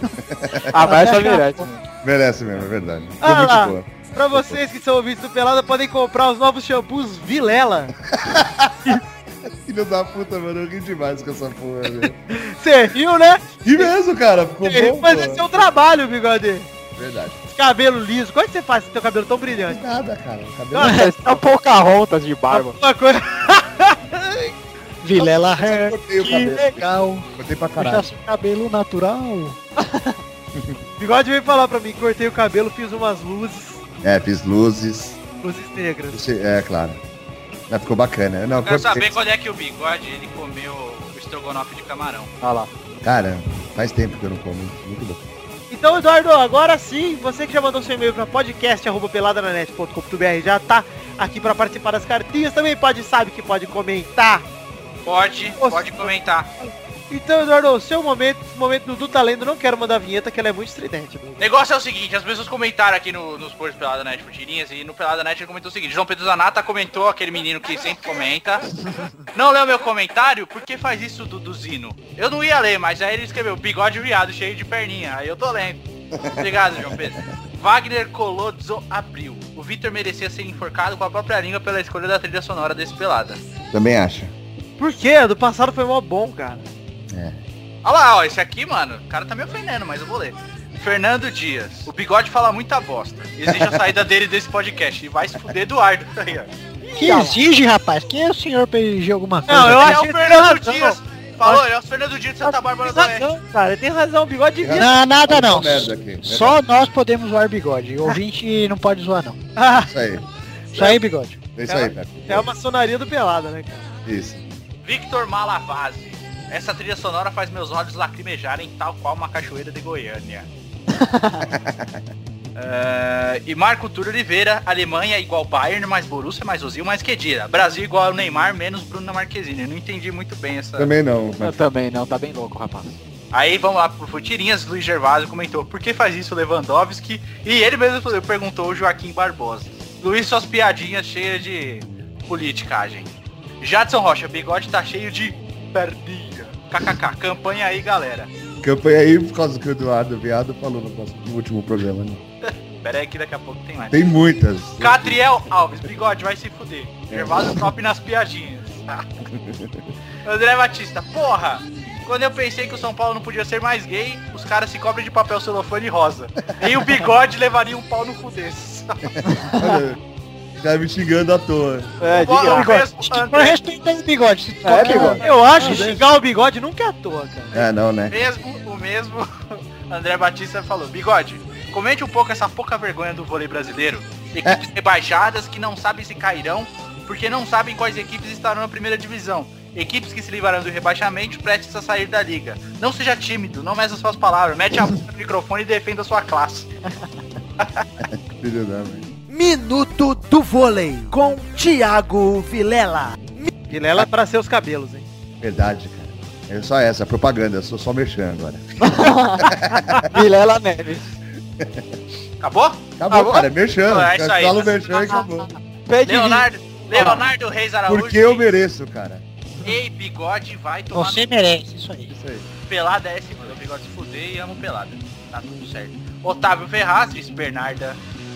D: Ah, vai essa
H: Até
D: virar.
G: Merece mesmo, é verdade. Ficou
B: Ah lá.
G: boa.
B: Pra vocês que são ouvintes do Pelada, podem comprar os novos shampoos Vilela.
G: Filho da puta, mano, eu ri demais com essa porra, velho.
B: Você riu, né?
G: E mesmo, cara, ficou
B: Você riu,
G: bom,
B: mas
G: pô.
B: esse é o trabalho, bigode.
G: Verdade.
B: Esse cabelo liso. Como é que você faz com seu cabelo tão brilhante?
G: Nada, cara. O cabelo...
B: Não,
D: É o Pocahontas de barba.
B: uma coisa...
H: Vilela
G: Eu
H: Hair,
G: cortei o
H: Ah, que
G: cabelo.
H: legal.
G: Cortei pra
H: Puxa
G: caralho.
H: seu cabelo natural.
B: Bigode veio falar pra mim, cortei o cabelo, fiz umas luzes,
G: É, fiz luzes.
B: luzes negras.
G: Deixei- É, claro. Mas ficou bacana. Não,
F: Eu quero
G: cortei.
F: saber quando é que o bigode ele comeu o estrogonofe de camarão.
D: Ah lá.
G: Cara, faz tempo que eu não como. Muito bom.
B: Então, Eduardo, agora sim, você que já mandou seu e-mail para podcast.peladananet.com.br já tá aqui para participar das cartinhas. Também pode, sabe que pode comentar.
F: Pode,
B: Nossa.
F: pode comentar.
B: Então, Eduardo, o seu momento, o momento do Dutalendo, não quero mandar a vinheta, que ela é muito estridente.
F: O negócio é o seguinte, as pessoas comentaram aqui no, nos posts Pelada Net por tirinhas e no Pelada Net ele comentou o seguinte, João Pedro Zanata comentou, aquele menino que sempre comenta. Não leu meu comentário? Por que faz isso do, do Zino? Eu não ia ler, mas aí ele escreveu bigode viado, cheio de perninha. Aí eu tô lendo. Obrigado, João Pedro. Wagner Colozzo abriu. O Vitor merecia ser enforcado com a própria língua pela escolha da trilha sonora desse Pelada.
G: Também acho.
B: Por quê? A Do passado foi mó bom, cara.
F: Olha lá, ó, esse aqui, mano, o cara tá me ofendendo, mas eu vou ler. Fernando Dias. O bigode fala muita bosta. Exige a saída dele desse podcast. E vai se fuder Eduardo. Aí, ó.
H: Que exige, rapaz? Quem é o senhor pra exigir alguma coisa?
B: Não, eu
F: Ele é
B: acho
F: o
B: que
F: Fernando
B: tem razão.
F: Dias. Falou, ele é o Fernando Dias de Santa Bárbara
B: Tem
F: do Oeste.
B: razão, cara, ele tem razão, o bigode devia.
H: Não, nada não.
G: Merda aqui.
H: Só nós podemos zoar bigode. O ouvinte não pode zoar, não.
G: Isso aí.
H: Isso aí, bigode.
G: É isso aí, cara.
B: É a maçonaria do Pelada, né, cara?
G: Isso.
F: Victor Malavase. Essa trilha sonora faz meus olhos lacrimejarem tal qual uma cachoeira de Goiânia. Eh, e Marco Túlio Oliveira, Alemanha igual Bayern, mais Borussia, mais Ozil, mais Kedira. Brasil igual Neymar, menos Bruno Marquezine. Eu não entendi muito bem essa...
G: Também não.
D: Eu
G: Mas...
D: também não, tá bem louco, rapaz.
F: Aí vamos lá pro Futirinhas, Luiz Gervásio comentou, por que faz isso o Lewandowski? E ele mesmo falou- perguntou o Joaquim Barbosa. Luiz, suas piadinhas cheias de politicagem. Jadson Rocha, bigode tá cheio de perdinha. KKK, campanha aí, galera.
G: Campanha aí por causa que o Eduardo Viado falou no, nosso- no último programa. Né?
F: Pera aí que daqui a pouco tem mais.
G: Tem muitas.
F: Catriel Alves, bigode, vai se fuder. Gervásio top nas piadinhas. André Batista, porra! Quando eu pensei que o São Paulo não podia ser mais gay, os caras se cobrem de papel celofane rosa. E o bigode levaria um pau no cu desses.
G: Olha, tá me xingando à toa.
D: É,
F: Ó,
D: diga
F: o
D: lá.
F: mesmo
H: Pra
B: é
F: André,
H: respeitar o bigode. Se
D: É,
H: qualquer-
D: bigode.
B: Eu acho que xingar o bigode nunca é à toa, cara.
G: É, não, né?
F: mesmo- o mesmo André Batista falou, bigode, comente um pouco essa pouca vergonha do vôlei brasileiro.
G: É.
F: Equipes rebaixadas que não sabem se cairão, porque não sabem quais equipes estarão na primeira divisão. Equipes que se livrarão do rebaixamento prestes a sair da liga. Não seja tímido, não meça suas palavras, mete a boca no microfone e defenda a sua classe.
G: Filho da mãe.
C: Minuto do vôlei com Thiago Vilela.
B: Vilela é para seus cabelos, hein?
G: Verdade, cara. É só essa, propaganda. Sou só mexendo agora.
D: Vilela Neves.
F: Acabou?
G: Acabou,
D: Acabou?
G: cara. Merchan.
F: Ah, é isso aí. Tá,
G: Fala o merchan e acabou.
D: Pede
F: Leonardo, Leonardo Reis Araújo.
G: Porque eu mereço, cara. É
F: Ei, bigode, vai tomar
H: Você merece isso aí.
G: Isso aí.
F: Pelada é esse mano, bigode se fuder e amo pelada. Tá tudo certo. Otávio Ferraz, disse Bernarda,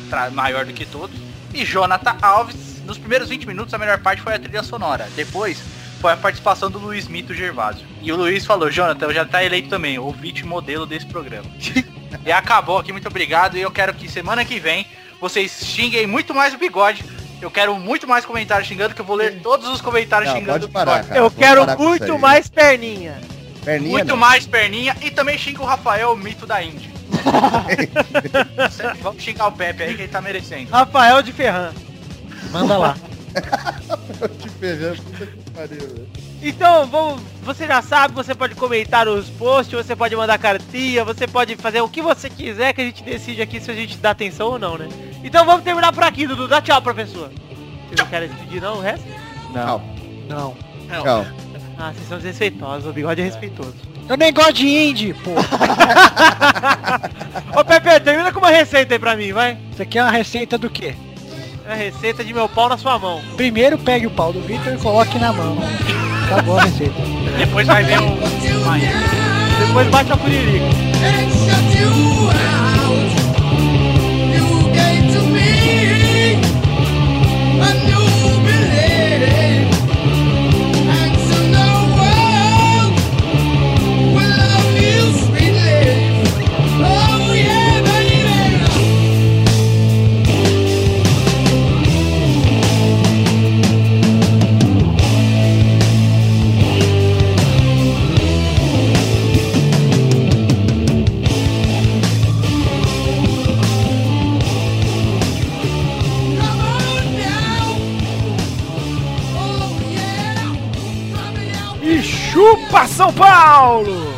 F: tra- maior do que todos. E Jonathan Alves, nos primeiros 20 minutos a melhor parte foi a trilha sonora. Depois foi a participação do Luiz Mito Gervásio. E o Luiz falou, Jonathan, já tá eleito também, ouvinte modelo desse programa. e acabou aqui, muito obrigado. E eu quero que semana que vem vocês xinguem muito mais o bigode. Eu quero muito mais comentários xingando, que eu vou ler todos os comentários
G: Não,
F: Tá xingando
G: pode
F: o
G: parar,
F: bigode.
G: cara.
B: eu
G: Pode
B: quero
G: parar com isso
B: muito
G: aí.
B: mais perninha.
G: Perninha,
F: Muito
G: não.
F: mais perninha e também xinga o Rafael, o mito da Indy. Vamos xingar o Pepe aí que ele tá merecendo.
B: Rafael de Ferran.
H: Manda lá.
G: Te ferrando, puta que pariu, né? velho.
B: Então, vamos, você já sabe, você pode comentar os posts, você pode mandar cartinha, você pode fazer o que você quiser que a gente decide aqui se a gente dá atenção ou não, né? Então vamos terminar por aqui, Dudu. Dá tchau, professor. Vocês não querem despedir não o resto?
G: Não,
H: Não.
F: Não.
G: não.
B: Ah, vocês são desrespeitosos, o bigode é respeitoso.
H: Eu nem gosto de indie, pô.
B: Ô Pepe, termina com uma receita aí pra mim, vai.
H: Isso aqui é uma receita do quê?
B: Uma receita de meu pau na sua mão.
H: Primeiro pegue o pau do Victor e coloque na mão. Acabou a receita.
F: Depois vai ver o. Vai.
B: Depois bate a furirica.
I: E chupa São Paulo!